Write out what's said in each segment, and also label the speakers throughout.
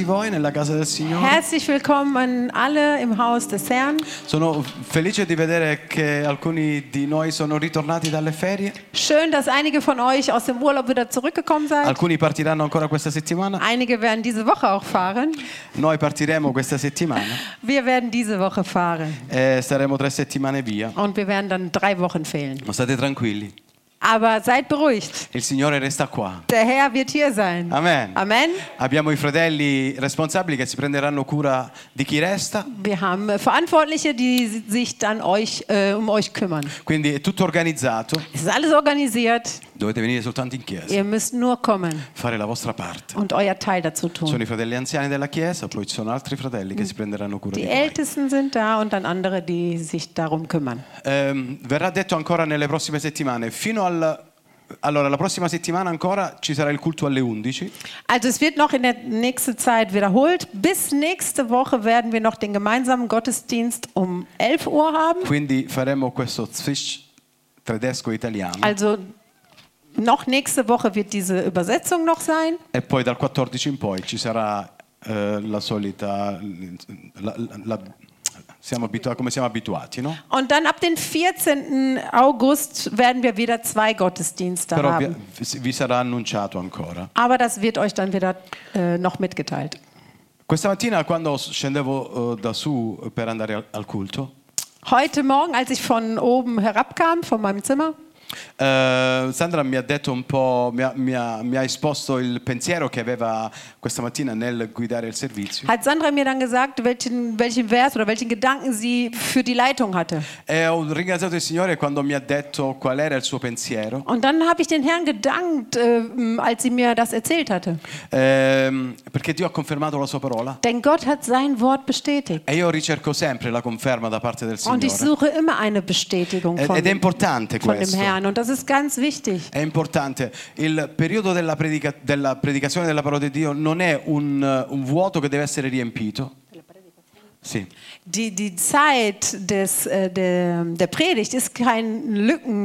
Speaker 1: di voi nella casa del Signore.
Speaker 2: Herzlich willkommen an alle im Haus des Herrn.
Speaker 1: Sono felice di vedere che alcuni di noi sono ritornati dalle ferie,
Speaker 2: Schön, dass einige von euch aus dem Urlaub wieder zurückgekommen seid.
Speaker 1: alcuni partiranno ancora questa settimana,
Speaker 2: Einige werden diese Woche auch fahren.
Speaker 1: noi partiremo questa settimana
Speaker 2: Wir werden diese Woche fahren
Speaker 1: e staremo tre settimane via.
Speaker 2: und wir werden dann drei Wochen fehlen.
Speaker 1: Ma state tranquilli,
Speaker 2: Aber seid beruhigt,
Speaker 1: il Signore resta qua.
Speaker 2: der Herr wird hier sein.
Speaker 1: Amen.
Speaker 2: Amen.
Speaker 1: Abbiamo i fratelli responsabili che si prenderanno cura di chi resta,
Speaker 2: Wir haben äh, Verantwortliche, die sich dann euch, äh, um euch kümmern.
Speaker 1: quindi è tutto organizzato.
Speaker 2: Es ist alles organisiert.
Speaker 1: Dovete venire soltanto in chiesa,
Speaker 2: Ihr müsst nur kommen
Speaker 1: fare la vostra parte.
Speaker 2: und euer Teil dazu tun.
Speaker 1: Sono i fratelli anziani della chiesa, poi ci sono altri fratelli che si prenderanno cura
Speaker 2: Die
Speaker 1: di voi.
Speaker 2: Ältesten sind da und dann andere, die sich darum kümmern.
Speaker 1: Ehm, verrà detto ancora nelle prossime settimane. Fino al... Allora, la prossima settimana ancora ci sarà il culto alle 11.
Speaker 2: Also es wird noch in der nächsten Zeit wiederholt. Bis nächste Woche werden wir noch den gemeinsamen Gottesdienst um 11 Uhr haben.
Speaker 1: Quindi faremo questo zwisch tedesco-italiano.
Speaker 2: Also noch nächste Woche wird diese Übersetzung noch sein.
Speaker 1: E poi dal 14 in poi ci sarà eh, la solita... la- la- la- siamo abitu- come siamo abituati, no?
Speaker 2: Und dann ab dem 14. August werden wir wieder zwei Gottesdienste
Speaker 1: Però vi,
Speaker 2: haben.
Speaker 1: vi sarà annunciato ancora.
Speaker 2: Aber das wird euch dann wieder äh, noch mitgeteilt.
Speaker 1: Questa mattina quando scendevo eh, da su per andare al, al culto,
Speaker 2: Heute Morgen, als ich von oben herabkam, von meinem Zimmer,
Speaker 1: Eh, Sandra mi ha detto un po', mi ha, mi ha- mi ha esposto il pensiero che aveva questa mattina nel guidare il servizio
Speaker 2: hat Sandra mir dann gesagt, welchen, welchen Vers oder welchen Gedanken sie für die Leitung hatte.
Speaker 1: e ho ringraziato il Signore quando mi ha detto qual era il suo pensiero.
Speaker 2: Und dann habe ich den Herrn gedankt, äh, als sie mir das erzählt hatte.
Speaker 1: Ehm, perché Dio ha confermato la sua parola
Speaker 2: Denn Gott hat sein Wort bestätigt.
Speaker 1: e io ricerco sempre la conferma da parte del
Speaker 2: Und ich
Speaker 1: Signore.
Speaker 2: suche immer eine Bestätigung
Speaker 1: Ed
Speaker 2: von,
Speaker 1: ed è importante
Speaker 2: von dem
Speaker 1: questo.
Speaker 2: Herrn. Und das ist ganz wichtig.
Speaker 1: È importante, il periodo della, predica- della predicazione della parola di Dio non è un, un vuoto che deve essere riempito. Sì.
Speaker 2: Die, die Zeit des, äh, der, der Predigt ist kein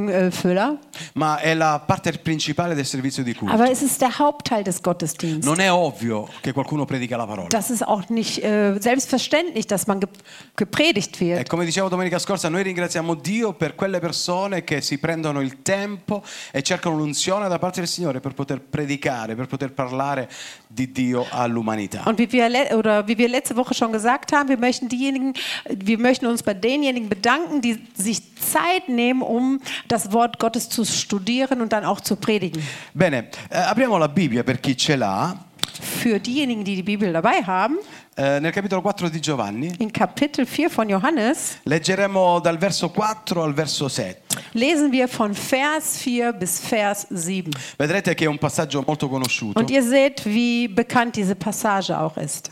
Speaker 2: Lückenfüller,
Speaker 1: Ma è la parte principale del servizio di culto.
Speaker 2: aber es ist der Hauptteil des Gottesdienstes.
Speaker 1: Non è ovvio che qualcuno predica la parola.
Speaker 2: Das ist auch nicht äh, selbstverständlich, dass man ge gepredigt
Speaker 1: E
Speaker 2: wird.
Speaker 1: come dicevo domenica scorsa, noi ringraziamo Dio per quelle persone che si prendono il tempo e cercano l'unzione da parte del Signore per poter predicare, per poter parlare di Dio all'umanità.
Speaker 2: Und wie wir, le- oder wie wir letzte Woche schon gesagt haben, wir möchten, diejenigen, wir möchten uns bei denjenigen bedanken, die sich Zeit nehmen, um das Wort Gottes zu studieren und dann auch zu predigen.
Speaker 1: Bene, eh, apriamo la Bibbia per chi ce l'ha.
Speaker 2: Für diejenigen, die die Bibel dabei haben,
Speaker 1: Eh, nel capitolo 4 di Giovanni
Speaker 2: in Kapitel 4 von Johannes
Speaker 1: leggeremo dal verso 4 al verso 7.
Speaker 2: lesen wir von Vers 4 bis Vers 7.
Speaker 1: Vedrete che è un passaggio molto conosciuto.
Speaker 2: Und ihr seht, wie bekannt diese Passage auch ist.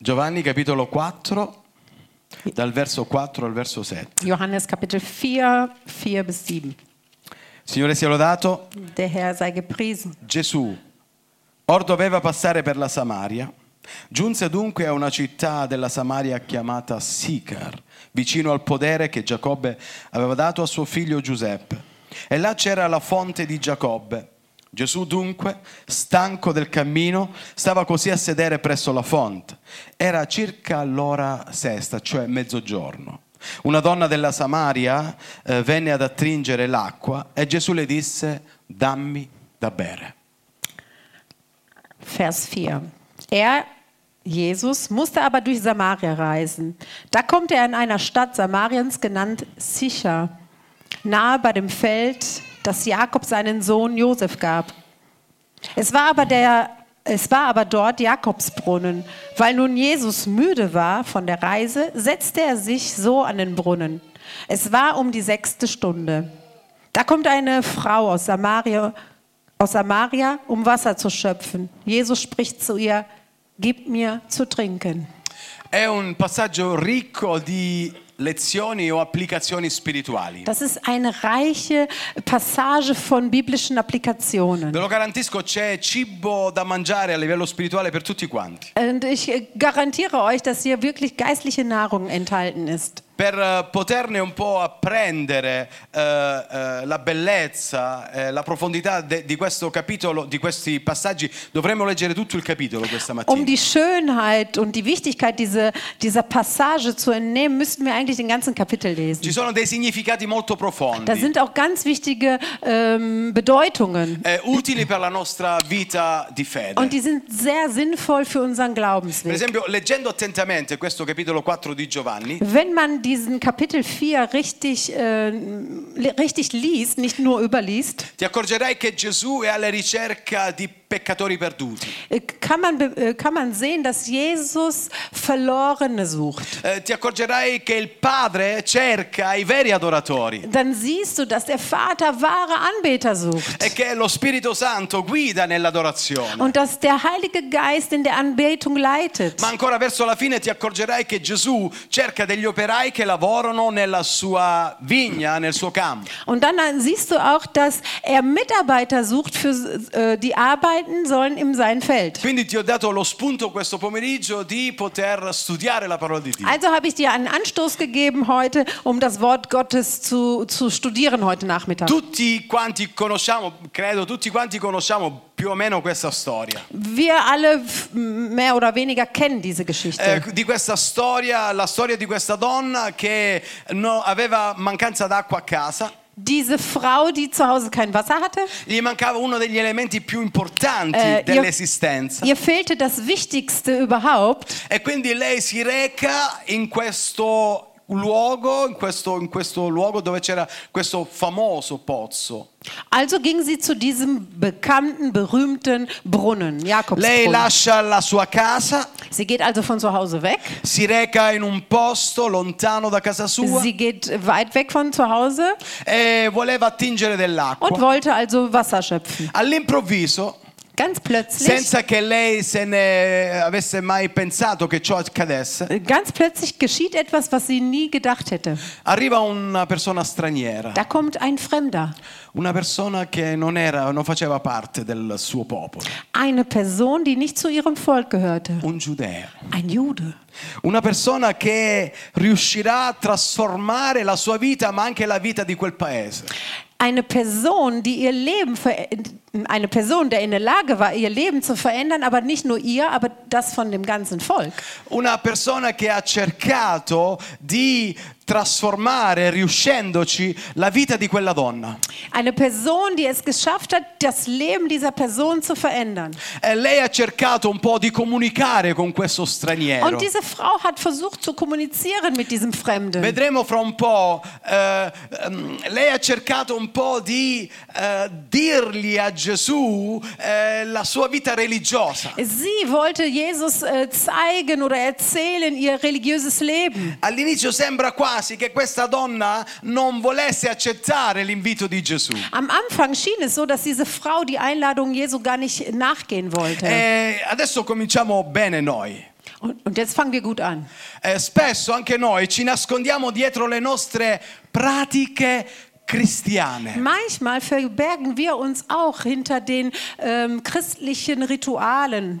Speaker 1: Giovanni capitolo 4, dal verso 4 al verso 7.
Speaker 2: Johannes Kapitel 4, 4 bis 7.
Speaker 1: Signore sia lodato.
Speaker 2: Der Herr sei gepriesen.
Speaker 1: Gesù, or doveva passare per la Samaria, giunse dunque a una città della Samaria chiamata Sicar, vicino al podere che Giacobbe aveva dato a suo figlio Giuseppe. E là c'era la fonte di Giacobbe. Gesù dunque, stanco del cammino, stava così a sedere presso la fonte. Era circa l'ora sesta, cioè mezzogiorno. Una donna della Samaria eh, venne ad attringere l'acqua e Gesù le disse, dammi da bere.
Speaker 2: Vers 4. Er, Jesus, musste aber durch Samaria reisen. Da kommt er in einer Stadt Samariens genannt Sichar, nahe bei dem Feld, das Jakob seinen Sohn Josef gab. Es war aber der es war aber dort Jakobsbrunnen. Weil nun Jesus müde war von der Reise, setzte er sich so an den Brunnen. Es war um die sechste Stunde. Da kommt eine Frau aus Samaria, aus Samaria, um Wasser zu schöpfen. Jesus spricht zu ihr, gib mir zu trinken.
Speaker 1: È un passaggio ricco di lezioni o applicazioni spirituali.
Speaker 2: Das ist eine reiche Passage von biblischen Applikationen.
Speaker 1: Ve lo garantisco, c'è cibo da mangiare a livello spirituale per tutti quanti.
Speaker 2: Und ich äh, garantiere euch, dass hier wirklich geistliche Nahrung enthalten ist.
Speaker 1: per eh, poterne un po' apprendere eh, eh, la bellezza, eh, la profondità de- di questo capitolo, di questi passaggi, dovremmo leggere tutto il capitolo questa mattina.
Speaker 2: Um die Schönheit und die Wichtigkeit diese, dieser Passage zu entnehmen, müssten wir eigentlich den ganzen Kapitel
Speaker 1: Ci
Speaker 2: lesen.
Speaker 1: sono dei significati molto profondi,
Speaker 2: Da sind auch ganz wichtige ähm, Bedeutungen.
Speaker 1: eh, utili per la nostra vita di fede.
Speaker 2: Und die sind sehr sinnvoll für unseren
Speaker 1: Per
Speaker 2: Glaubensweg.
Speaker 1: esempio, leggendo attentamente questo capitolo 4 di Giovanni,
Speaker 2: Wenn man diesen Kapitel 4 richtig, äh, li- richtig liest, nicht nur überliest,
Speaker 1: ti accorgerai che Gesù è alla ricerca di peccatori perduti.
Speaker 2: äh, kann man, be- äh, kann man sehen, dass Jesus Verlorene sucht.
Speaker 1: Eh, ti accorgerai che il Padre cerca i veri adoratori
Speaker 2: Dann siehst du, dass der Vater wahre Anbeter sucht.
Speaker 1: e che lo Spirito Santo guida nell'adorazione.
Speaker 2: Und dass der Heilige Geist in der Anbetung leitet.
Speaker 1: Ma ancora verso la fine ti accorgerai che Gesù cerca degli operai che lavorano nella sua vigna, nel suo campo.
Speaker 2: Und dann äh, siehst du auch, dass er Mitarbeiter sucht, für, äh, die arbeiten sollen in seinem Feld.
Speaker 1: Quindi ti ho dato lo spunto questo pomeriggio di poter studiare la parola di Dio.
Speaker 2: Also habe ich dir einen Anstoß gegeben heute, um das Wort Gottes zu, zu studieren heute Nachmittag.
Speaker 1: Tutti quanti conosciamo, credo, tutti quanti conosciamo più o meno questa storia.
Speaker 2: Wir alle f- mehr oder weniger kennen diese Geschichte.
Speaker 1: Eh, di questa storia, la storia di questa donna che no- aveva mancanza d'acqua a casa,
Speaker 2: diese Frau, die zu Hause kein Wasser hatte,
Speaker 1: gli mancava uno degli elementi più importanti
Speaker 2: Eh, io-
Speaker 1: dell'esistenza.
Speaker 2: ihr fehlte das Wichtigste überhaupt.
Speaker 1: E quindi lei si reca in questo luogo, in questo, in questo luogo dove c'era questo famoso pozzo.
Speaker 2: Also ging sie zu diesem bekannten, berühmten Brunnen,
Speaker 1: Lei
Speaker 2: Jakobsbrunnen.
Speaker 1: lascia la sua casa,
Speaker 2: Sie geht also von zu Hause weg.
Speaker 1: si reca in un posto lontano da casa sua
Speaker 2: Sie geht weit weg von zu Hause
Speaker 1: e voleva attingere
Speaker 2: und
Speaker 1: dell'acqua.
Speaker 2: wollte also Wasser schöpfen.
Speaker 1: All'improvviso
Speaker 2: Ganz plötzlich,
Speaker 1: senza che lei se ne avesse mai pensato che ciò accadesse,
Speaker 2: ganz plötzlich geschieht etwas, was sie nie gedacht hätte.
Speaker 1: arriva una persona straniera,
Speaker 2: Da kommt ein Fremder,
Speaker 1: una persona che non, era, non faceva parte del suo popolo,
Speaker 2: eine Person, die nicht zu ihrem Volk gehörte,
Speaker 1: un giudeo,
Speaker 2: ein Jude.
Speaker 1: una persona che riuscirà a trasformare la sua vita ma anche la vita di quel paese.
Speaker 2: Eine Person, die ihr Leben ver- eine Person, der in der Lage war, ihr Leben zu verändern, aber nicht nur ihr, aber das von dem ganzen Volk.
Speaker 1: Una persona che ha cercato di trasformare, riuscendoci, la vita di quella donna.
Speaker 2: Eine Person, die es geschafft hat, das Leben dieser Person zu verändern.
Speaker 1: E lei ha cercato un po' di comunicare con questo straniero.
Speaker 2: Und diese Frau hat versucht zu kommunizieren mit diesem Fremden.
Speaker 1: Vedremo fra un po', eh, ehm, lei ha cercato un po' di eh, dirgli a Gesù eh, la sua vita religiosa.
Speaker 2: Sie wollte Jesus äh, zeigen oder erzählen ihr religiöses Leben.
Speaker 1: All'inizio sembra quasi che questa donna non volesse accettare l'invito di Gesù.
Speaker 2: Am Anfang schien es so, dass diese Frau die Einladung Jesu gar nicht nachgehen wollte.
Speaker 1: E Eh, adesso cominciamo bene noi.
Speaker 2: Und, und jetzt fangen wir gut an.
Speaker 1: Eh, spesso anche noi ci nascondiamo dietro le nostre pratiche cristiane.
Speaker 2: Manchmal verbergen wir uns auch hinter den ähm, christlichen Ritualen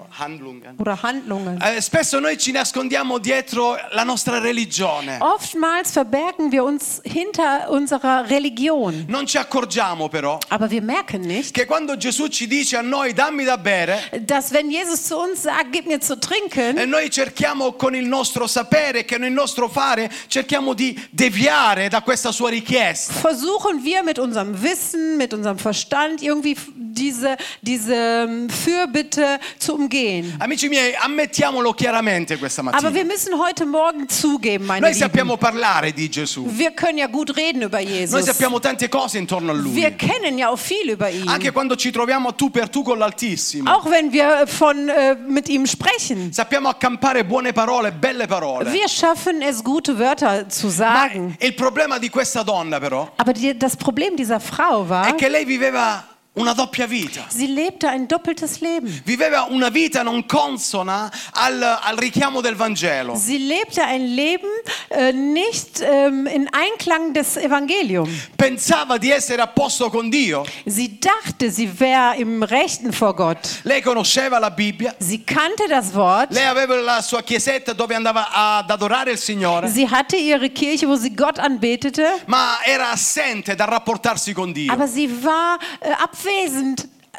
Speaker 2: oder Handlungen.
Speaker 1: Eh, spesso noi ci nascondiamo dietro la nostra religione.
Speaker 2: Oftmals verbergen wir uns hinter unserer Religion.
Speaker 1: Non ci accorgiamo però
Speaker 2: Aber wir merken nicht,
Speaker 1: che quando Gesù ci dice a noi dammi da bere,
Speaker 2: dass wenn Jesus zu uns sagt, gib mir zu trinken,
Speaker 1: e noi cerchiamo con il nostro sapere, con il nostro fare, cerchiamo di deviare da questa sua richiesta.
Speaker 2: versuchen wir mit unserem Wissen, mit unserem Verstand irgendwie f- diese, diese ähm, Fürbitte zu umgehen.
Speaker 1: Amici miei, ammettiamolo chiaramente questa
Speaker 2: Aber
Speaker 1: mattina.
Speaker 2: wir müssen heute Morgen zugeben, meine
Speaker 1: Noi
Speaker 2: Lieben,
Speaker 1: sappiamo parlare di Gesù,
Speaker 2: wir können ja gut reden über
Speaker 1: noi
Speaker 2: Jesus.
Speaker 1: sappiamo tante cose intorno a
Speaker 2: Wir
Speaker 1: Lui,
Speaker 2: kennen ja auch viel über ihn.
Speaker 1: anche quando ci troviamo a tu per tu con l'Altissimo.
Speaker 2: Auch wenn wir von, äh, mit ihm sprechen.
Speaker 1: Sappiamo accampare buone parole, belle parole.
Speaker 2: Wir schaffen es, gute Wörter zu sagen.
Speaker 1: Il problema di questa donna però
Speaker 2: Aber die, das Problem dieser Frau war,
Speaker 1: è che lei viveva una doppia vita.
Speaker 2: sie lebte ein doppeltes Leben.
Speaker 1: Viveva una vita non consona al, al richiamo del Vangelo.
Speaker 2: Sie lebte ein Leben, äh, nicht ähm, in Einklang des Evangeliums.
Speaker 1: Pensava di essere a posto con Dio.
Speaker 2: Sie dachte, sie wäre im Rechten vor Gott.
Speaker 1: Lei conosceva la Bibbia.
Speaker 2: Sie kannte das Wort.
Speaker 1: Lei aveva la sua chiesetta dove andava ad adorare il Signore.
Speaker 2: Sie hatte ihre Kirche, wo sie Gott anbetete,
Speaker 1: Ma era assente dal rapportarsi con Dio.
Speaker 2: aber sie war äh, abwesend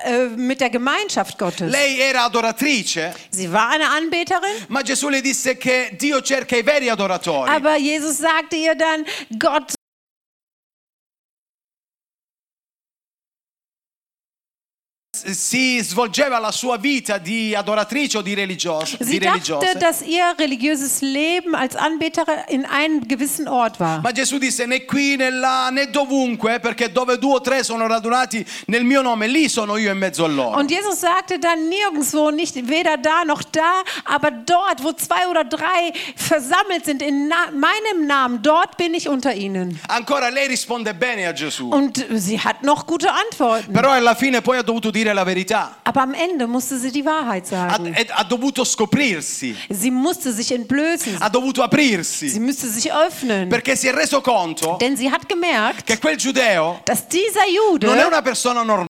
Speaker 2: äh, mit der Gemeinschaft Gottes.
Speaker 1: Lei era adoratrice.
Speaker 2: Sie war eine Anbeterin,
Speaker 1: Ma Gesù le disse che Dio cerca i veri adoratori.
Speaker 2: aber Jesus sagte ihr dann, Gott
Speaker 1: Si svolgeva la sua vita di adoratrice o di religiosa. Di
Speaker 2: Sie dachte,
Speaker 1: religiosa.
Speaker 2: dass ihr religiöses Leben als Anbeterin in einem gewissen Ort war.
Speaker 1: Ma Gesù disse né qui né là né dovunque perché dove due o tre sono radunati nel mio nome lì sono io in mezzo a loro.
Speaker 2: Und Jesus sagte dann nirgendwo, nicht weder da noch da, aber dort, wo zwei oder drei versammelt sind in na meinem Namen, dort bin ich unter ihnen.
Speaker 1: Ancora lei risponde bene a Gesù.
Speaker 2: Und sie hat noch gute Antworten.
Speaker 1: Però alla fine poi ha dovuto dire la verità.
Speaker 2: Aber am Ende musste sie die Wahrheit
Speaker 1: Ha,
Speaker 2: sagen.
Speaker 1: e- ha dovuto scoprirsi,
Speaker 2: Sie musste sich entblößen.
Speaker 1: ha dovuto
Speaker 2: Sie
Speaker 1: aprirsi
Speaker 2: musste sich öffnen.
Speaker 1: perché si è reso conto
Speaker 2: Denn sie hat gemerkt,
Speaker 1: che quel giudeo
Speaker 2: dass dieser
Speaker 1: non è
Speaker 2: Jude
Speaker 1: una persona normale.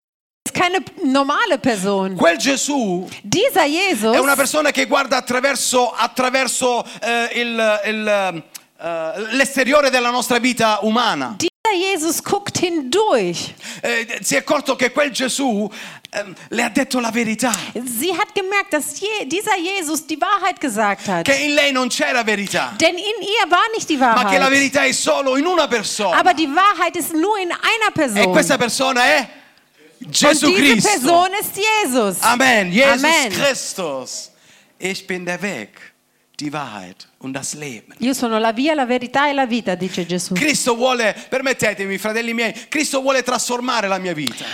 Speaker 2: ist keine normale Person.
Speaker 1: Quel Gesù
Speaker 2: Dieser Jesus
Speaker 1: è una persona che guarda attraverso, attraverso, eh, il- il, eh, l'esteriore della nostra vita umana.
Speaker 2: Dieser Jesus guckt hindurch.
Speaker 1: Eh, si è accorto che quel Gesù ehm, le ha detto la verità,
Speaker 2: Sie hat gemerkt, dass je, dieser Jesus die Wahrheit gesagt hat.
Speaker 1: che in lei non c'era verità,
Speaker 2: Denn in ihr war nicht die
Speaker 1: ma che la
Speaker 2: Wahrheit.
Speaker 1: verità è solo in una persona.
Speaker 2: Aber die Wahrheit ist nur in einer Person.
Speaker 1: E questa persona è
Speaker 2: Und
Speaker 1: Gesù
Speaker 2: diese
Speaker 1: Cristo.
Speaker 2: Person ist Jesus.
Speaker 1: Amen. Jesus
Speaker 2: Amen.
Speaker 1: Christus. Ich bin der Weg, die Wahrheit und das Leben.
Speaker 2: Io sono la via, la verità e la vita, dice Gesù.
Speaker 1: Cristo vuole, permettetemi fratelli miei, Cristo vuole trasformare la mia vita.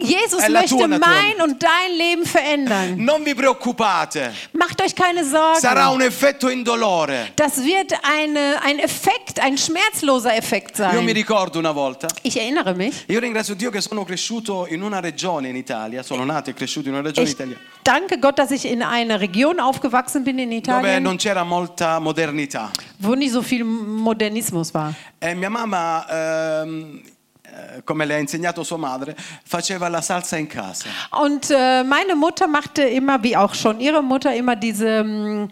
Speaker 2: Jesus
Speaker 1: È la tua
Speaker 2: möchte
Speaker 1: Natur.
Speaker 2: mein und dein Leben verändern.
Speaker 1: Non vi preoccupate,
Speaker 2: Macht euch keine
Speaker 1: sarà
Speaker 2: Sorgen.
Speaker 1: un effetto indolore.
Speaker 2: Das wird eine, ein Effekt, ein schmerzloser Effekt
Speaker 1: Io mi
Speaker 2: sein.
Speaker 1: ricordo una volta,
Speaker 2: Ich erinnere mich.
Speaker 1: Io ringrazio Dio che sono cresciuto in una regione in Italia, sono nato e cresciuto in una regione
Speaker 2: Ich
Speaker 1: italiana
Speaker 2: danke Gott, dass ich in einer Region aufgewachsen bin in
Speaker 1: dove
Speaker 2: Italien,
Speaker 1: non c'era molta modernità.
Speaker 2: wo nicht so viel Modernismus war.
Speaker 1: E mia mamma, ehm, eh, come le ha insegnato sua madre, faceva la salsa in casa.
Speaker 2: Und äh, meine Mutter machte immer, wie auch schon ihre Mutter, immer diese mh,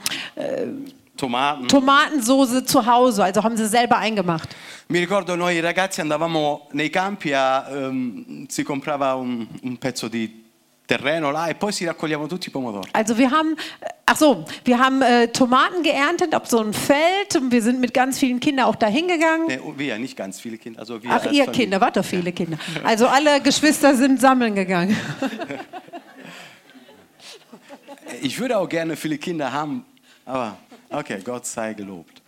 Speaker 1: Tomato.
Speaker 2: Tomatensoße zu Hause. Also haben sie selber eingemacht.
Speaker 1: Mi ricordo noi ragazzi andavamo nei campi, a, ehm, si comprava un, un pezzo di terreno là e poi si raccoglievano tutti i pomodori.
Speaker 2: Also wir haben, äh, ach so, wir haben äh, Tomaten geerntet auf so einem Feld und wir sind mit ganz vielen Kindern auch dahin gegangen.
Speaker 1: Ne, oh, via, nicht ganz viele Kinder. Also wir
Speaker 2: Ach,
Speaker 1: als
Speaker 2: ihr
Speaker 1: Familie.
Speaker 2: Kinder, wart doch viele Kinder. Also alle Geschwister sind sammeln gegangen.
Speaker 1: Ich würde auch gerne viele Kinder haben, aber okay, Gott sei gelobt.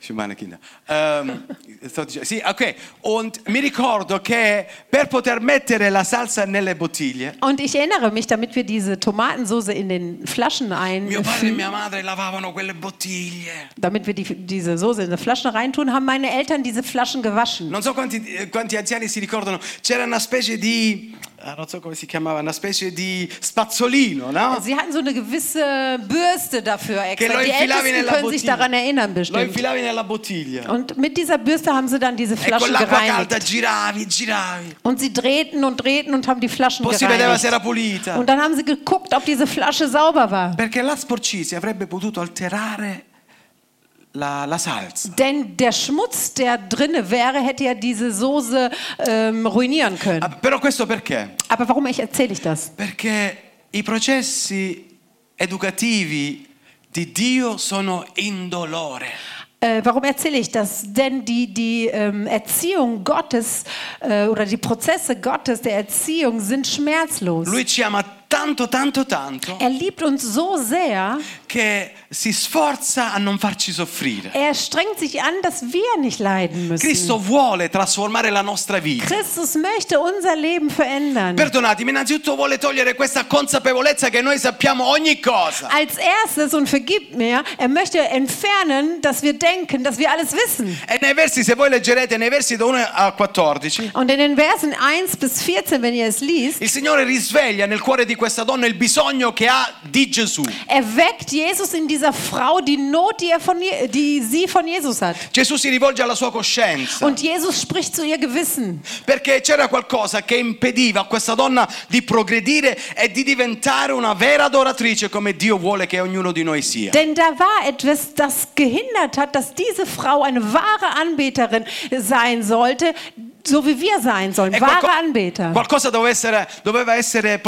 Speaker 1: Für meine Kinder. Ähm, sto dic- sì, ok. Und mi ricordo che per poter mettere la salsa nelle bottiglie,
Speaker 2: Und ich erinnere mich, damit wir diese Tomatensoße in den Flaschen ein,
Speaker 1: mio padre e mia madre lavavano quelle bottiglie.
Speaker 2: damit wir die, diese Soße in eine Flasche reintun, haben meine Eltern diese Flaschen gewaschen.
Speaker 1: Non so quanti, eh, quanti anziani si ricordano, c'era una specie di, ah, non so come si chiamava, una specie di spazzolino, no?
Speaker 2: Sie hatten so eine gewisse Bürste dafür
Speaker 1: Che lo
Speaker 2: extra. Die
Speaker 1: infilavi
Speaker 2: Ältesten
Speaker 1: nella
Speaker 2: können sich daran
Speaker 1: bottiglia. Lo
Speaker 2: erinnern bestimmt.
Speaker 1: infilavi nella bottiglia.
Speaker 2: Und mit dieser Bürste haben sie dann diese
Speaker 1: E con
Speaker 2: Flaschen
Speaker 1: l'acqua calda
Speaker 2: gereinigt.
Speaker 1: giravi, giravi.
Speaker 2: Und sie drehten und drehten und haben die Flaschen
Speaker 1: Poi si vedeva se
Speaker 2: gereinigt.
Speaker 1: era pulita.
Speaker 2: Und dann haben sie geguckt, ob diese Flasche sauber war.
Speaker 1: Perché la sporcizia avrebbe potuto alterare la, la salsa.
Speaker 2: Denn der Schmutz, der drinne wäre, hätte ja diese Soße ähm, ruinieren können.
Speaker 1: Ah, Però questo perché?
Speaker 2: Aber warum ich erzähle ich das?
Speaker 1: Perché i processi educativi di Dio sono indolore.
Speaker 2: Äh, warum erzähle ich das? Denn die, die ähm, Erziehung Gottes äh, oder die Prozesse Gottes der Erziehung sind schmerzlos.
Speaker 1: Lui ci ama tanto, tanto, tanto
Speaker 2: Er liebt uns so sehr,
Speaker 1: che si sforza a non farci soffrire.
Speaker 2: er strengt sich an, dass wir nicht leiden müssen.
Speaker 1: Cristo vuole trasformare la nostra vita.
Speaker 2: Christus möchte unser Leben verändern.
Speaker 1: Perdonatemi, innanzitutto vuole togliere questa consapevolezza che noi sappiamo ogni cosa.
Speaker 2: Als erstes, und vergib mir, er möchte entfernen, dass wir denken, dass wir alles wissen.
Speaker 1: E nei versi, se voi leggerete, nei versi da 1 a 14,
Speaker 2: Und in den Versen 1 bis 14, wenn ihr es liest,
Speaker 1: Il Signore risveglia nel cuore di questa donna il bisogno che ha di Gesù.
Speaker 2: erweckt Jesus in dieser Frau die Not, die, er von, Je- die sie von Jesus hat.
Speaker 1: Gesù si rivolge alla sua coscienza
Speaker 2: Und Jesus spricht zu ihr Gewissen,
Speaker 1: perché c'era qualcosa che impediva a questa donna di progredire e di diventare una vera adoratrice come Dio vuole che ognuno di noi sia.
Speaker 2: denn da war etwas, das gehindert hat, dass diese Frau eine wahre Anbeterin sein sollte, so wie wir sein sollen,
Speaker 1: E
Speaker 2: wahre
Speaker 1: qualco-
Speaker 2: Anbeter.
Speaker 1: qualcosa doveva essere, doveva essere-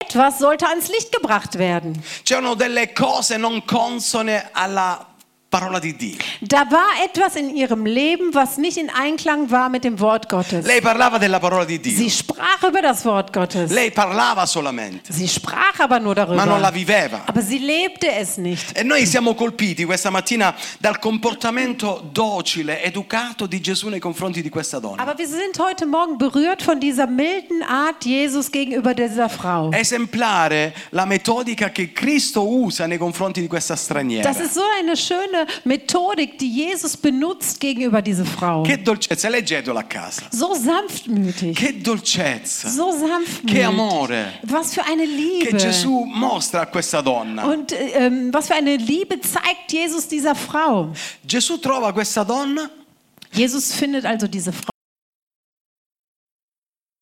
Speaker 2: Etwas sollte ans Licht gebracht werden.
Speaker 1: c'erano delle cose non consone alla parola di Dio.
Speaker 2: Da war etwas in ihrem Leben, was nicht in Einklang war mit dem Wort Gottes.
Speaker 1: Lei parlava della parola di Dio,
Speaker 2: Sie sprach über das Wort Gottes.
Speaker 1: lei parlava solamente,
Speaker 2: Sie sprach aber nur
Speaker 1: ma non la
Speaker 2: darüber.
Speaker 1: viveva.
Speaker 2: Aber sie lebte es nicht.
Speaker 1: E noi siamo colpiti questa mattina dal comportamento docile, educato di Gesù nei confronti di questa donna.
Speaker 2: Aber wir sind heute Morgen berührt von dieser milden Art Jesus gegenüber dieser Frau.
Speaker 1: Esemplare la metodica che Cristo usa nei confronti di questa straniera.
Speaker 2: Das ist so eine schöne Methodik, die Jesus benutzt gegenüber dieser Frau.
Speaker 1: Che dolcezza, leggetelo a casa.
Speaker 2: So sanftmütig.
Speaker 1: Che dolcezza
Speaker 2: So
Speaker 1: Che
Speaker 2: sanftmütig.
Speaker 1: amore.
Speaker 2: Was für eine
Speaker 1: che
Speaker 2: Liebe.
Speaker 1: Gesù mostra a questa donna.
Speaker 2: Und äh, ähm, was für eine Liebe zeigt Jesus dieser Frau.
Speaker 1: Gesù trova questa donna
Speaker 2: Jesus findet also diese Frau.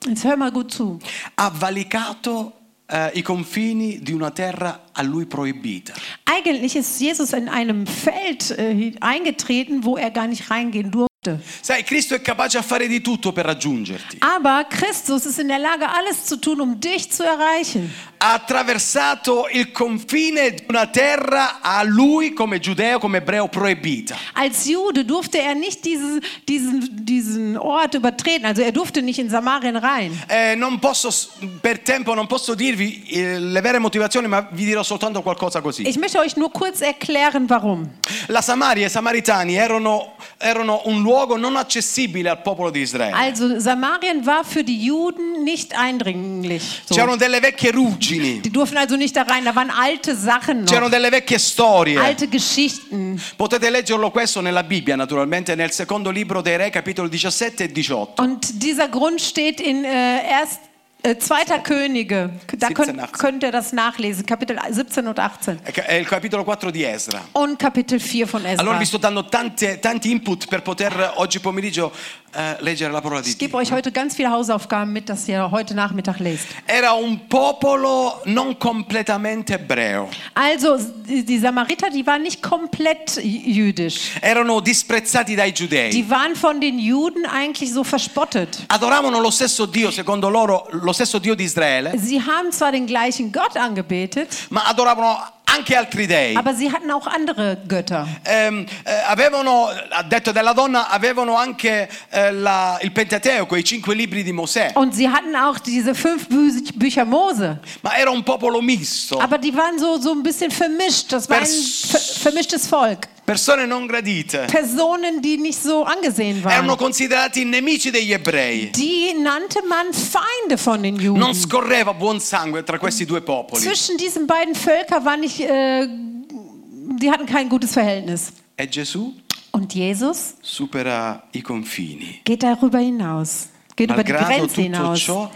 Speaker 2: Jetzt hör mal gut zu.
Speaker 1: avvalicato eh, i confini di una terra a lui proibita.
Speaker 2: Eigentlich ist Jesus in einem Feld äh, eingetreten, wo er gar nicht reingehen durfte.
Speaker 1: Sai, Cristo è capace a fare di tutto per raggiungerti.
Speaker 2: Aber Christus ist in der Lage, alles zu tun, um dich zu erreichen.
Speaker 1: Ha attraversato il confine di una terra a lui come giudeo, come ebreo proibita.
Speaker 2: Als Jude durfte er nicht diesen, diesen, diesen Ort übertreten. Also er durfte nicht in Samarien rein.
Speaker 1: Eh, non posso, s- per tempo non posso dirvi eh, le vere motivazioni, ma vi dirò soltanto qualcosa così.
Speaker 2: Ich möchte euch nur kurz erklären, warum.
Speaker 1: La Samaria e i Samaritani erano, erano un luogo non accessibile al popolo di Israele.
Speaker 2: Also Samarien war für die Juden nicht eindringlich. So.
Speaker 1: C'erano delle vecchie ruggini,
Speaker 2: Die durften also nicht da rein, da waren alte Sachen noch,
Speaker 1: c'erano delle vecchie storie.
Speaker 2: alte Geschichten.
Speaker 1: Potete leggerlo questo nella Bibbia, naturalmente, nel secondo libro dei Re, capitolo 17 e 18.
Speaker 2: Und dieser Grund steht in äh, erst, äh, Zweiter Könige. Da
Speaker 1: 17,
Speaker 2: könnt,
Speaker 1: 18.
Speaker 2: könnt ihr das nachlesen, Kapitel 17 und 18.
Speaker 1: È eh, ca- è il capitolo 4 di Esra.
Speaker 2: Und Kapitel 4 von
Speaker 1: Allora
Speaker 2: Esra.
Speaker 1: vi sto dando tante- tanti input per poter oggi pomeriggio eh, leggere la parola di
Speaker 2: Ich
Speaker 1: Dio.
Speaker 2: gebe euch heute ganz viele Hausaufgaben mit, dass ihr heute Nachmittag lest.
Speaker 1: Era un popolo non completamente ebreo.
Speaker 2: Also, die die Samariter, die waren nicht komplett jüdisch.
Speaker 1: Erano disprezzati dai giudei.
Speaker 2: Die waren von den Juden eigentlich so verspottet.
Speaker 1: Adoravano lo stesso Dio, secondo loro, lo stesso Dio di Israele,
Speaker 2: Sie haben zwar den gleichen Gott angebetet,
Speaker 1: ma adoravano anche altri dei.
Speaker 2: aber sie hatten auch andere Götter.
Speaker 1: Ehm, eh, avevano, a detto della donna, avevano anche eh, la- il Pentateuco, i cinque libri di Mosè,
Speaker 2: Und sie hatten auch diese fünf Bü Bücher Mose.
Speaker 1: ma era un popolo misto,
Speaker 2: Aber die waren so, so ein bisschen vermischt. Das war ein
Speaker 1: Pers-
Speaker 2: ver vermischtes Volk.
Speaker 1: persone non gradite.
Speaker 2: Certo. Personen, die nicht so angesehen
Speaker 1: Erano
Speaker 2: waren.
Speaker 1: considerati nemici degli ebrei.
Speaker 2: Die nannte man Feinde von den
Speaker 1: Non
Speaker 2: Juden.
Speaker 1: scorreva buon sangue tra questi due popoli.
Speaker 2: Zwischen diesen beiden Völkern war nicht, äh, die hatten kein gutes Verhältnis.
Speaker 1: E Gesù
Speaker 2: Und Jesus
Speaker 1: supera i confini.
Speaker 2: geht darüber hinaus, geht über die
Speaker 1: Malgrado
Speaker 2: Grenze
Speaker 1: tutto
Speaker 2: hinaus.
Speaker 1: ciò,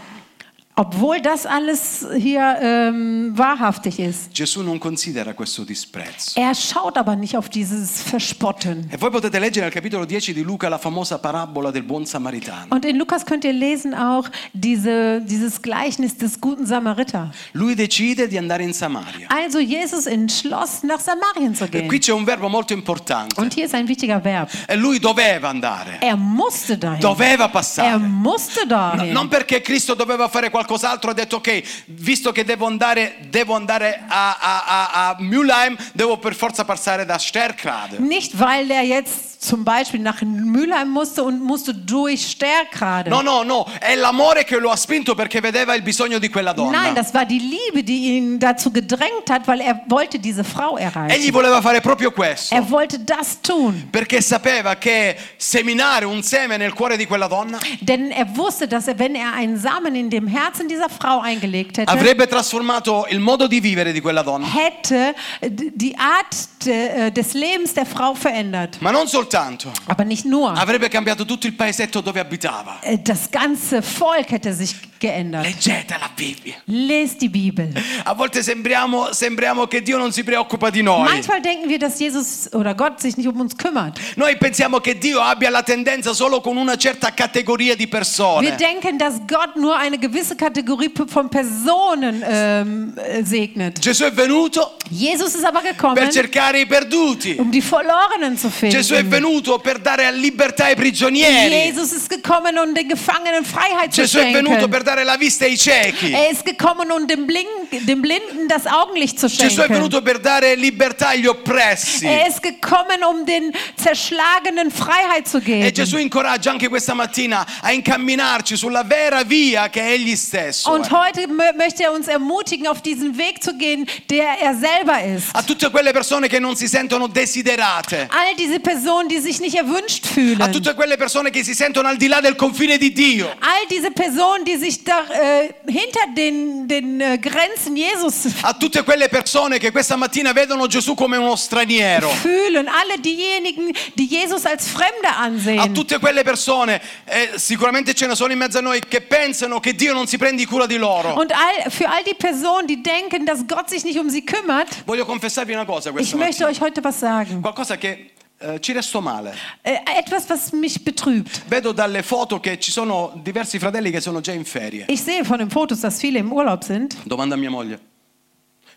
Speaker 2: Obwohl das alles hier ähm, wahrhaftig ist.
Speaker 1: Gesù non considera questo disprezzo.
Speaker 2: Er schaut aber nicht auf dieses Verspotten.
Speaker 1: E voi potete leggere nel capitolo 10 di Luca la famosa parabola del buon samaritano.
Speaker 2: Und in Lukas könnt ihr lesen auch diese, dieses Gleichnis des guten Samariter.
Speaker 1: Lui decide di andare in Samaria.
Speaker 2: Also Jesus entschloss, nach Samarien zu
Speaker 1: E
Speaker 2: gehen.
Speaker 1: qui c'è un verbo molto importante.
Speaker 2: Und hier ist ein wichtiger Verb.
Speaker 1: E lui doveva andare,
Speaker 2: Er musste dahin.
Speaker 1: doveva
Speaker 2: Er
Speaker 1: passare.
Speaker 2: musste
Speaker 1: No,
Speaker 2: dahin.
Speaker 1: non perché Cristo doveva fare qualcos'altro, ha detto ok, visto che devo andare, devo andare a, a, a, a Mülheim, devo per forza passare da Sterkrade.
Speaker 2: Nicht, weil er jetzt zum Beispiel nach Mülheim musste und musste durch Stärkrade.
Speaker 1: No, no, no, è l'amore che lo ha spinto perché vedeva il bisogno di quella
Speaker 2: Nein,
Speaker 1: donna.
Speaker 2: das war die Liebe, die ihn dazu gedrängt hat, weil er wollte diese Frau
Speaker 1: Egli
Speaker 2: erreichen.
Speaker 1: voleva fare proprio questo.
Speaker 2: Er wollte das tun,
Speaker 1: Perché sapeva che seminare un seme nel cuore di quella donna
Speaker 2: denn er wusste, dass er, wenn er einen Samen in dem Herzen dieser Frau eingelegt hätte,
Speaker 1: avrebbe trasformato il modo di vivere di quella donna.
Speaker 2: hätte d- die Art de, äh, des Lebens der Frau verändert.
Speaker 1: Ma non soltanto,
Speaker 2: Aber nicht nur. Esatto.
Speaker 1: avrebbe cambiato tutto il paesetto dove abitava.
Speaker 2: Äh, Das ganze Volk hätte sich geändert.
Speaker 1: Leggete la Bibbia.
Speaker 2: Lest die Bibel.
Speaker 1: A volte sembriamo, sembriamo che Dio non si preoccupa di noi.
Speaker 2: Manchmal denken wir, dass Jesus oder Gott sich nicht um uns kümmert.
Speaker 1: Noi pensiamo che Dio abbia la tendenza solo con una certa categoria di
Speaker 2: Wir
Speaker 1: persone.
Speaker 2: denken, dass Gott nur eine gewisse Kategorie von Personen ähm, äh, segnet.
Speaker 1: Gesù è venuto
Speaker 2: Jesus ist aber gekommen,
Speaker 1: per cercare i perduti.
Speaker 2: um die Verlorenen zu
Speaker 1: Gesù è
Speaker 2: finden.
Speaker 1: venuto per dare libertà ai prigionieri.
Speaker 2: Jesus ist gekommen, um den Gefangenen Freiheit zu
Speaker 1: Gesù è venuto
Speaker 2: schenken.
Speaker 1: per dare la vista ai ciechi.
Speaker 2: Er ist gekommen, um dem, Blin- dem Blinden das Augenlicht zu
Speaker 1: Gesù è
Speaker 2: schenken.
Speaker 1: venuto per dare libertà agli oppressi.
Speaker 2: Er ist gekommen, um den Zerschlagenen Freiheit zu
Speaker 1: E
Speaker 2: geben.
Speaker 1: Gesù incoraggia anche questa mattina a incamminarci sulla vera via che è Egli stesso.
Speaker 2: Und
Speaker 1: eh.
Speaker 2: heute mö- möchte er uns ermutigen, auf diesen Weg zu gehen, der er selber ist.
Speaker 1: A tutte quelle persone che non si sentono desiderate.
Speaker 2: All diese Personen, die sich nicht erwünscht fühlen.
Speaker 1: A tutte quelle persone che si sentono al di là del confine di Dio.
Speaker 2: All diese Personen, die sich da, äh, hinter den, den äh, Grenzen Jesus
Speaker 1: A tutte quelle persone che questa mattina vedono Gesù come uno straniero.
Speaker 2: fühlen. Alle diejenigen, die Jesus als Fremde
Speaker 1: A
Speaker 2: ansehen.
Speaker 1: tutte quelle persone, eh, sicuramente ce ne sono in mezzo a noi, che pensano che Dio non si prendi cura di loro.
Speaker 2: Und all, für all die Personen, die denken, dass Gott sich nicht um sie kümmert,
Speaker 1: Voglio confessarvi una cosa questa
Speaker 2: ich
Speaker 1: mattina.
Speaker 2: möchte euch heute was sagen.
Speaker 1: Qualcosa che eh, ci resto male.
Speaker 2: Äh, etwas, was mich betrübt.
Speaker 1: Vedo dalle foto che ci sono diversi fratelli che sono già in ferie.
Speaker 2: Ich sehe von den Fotos, dass viele im Urlaub sind.
Speaker 1: Domanda a mia moglie.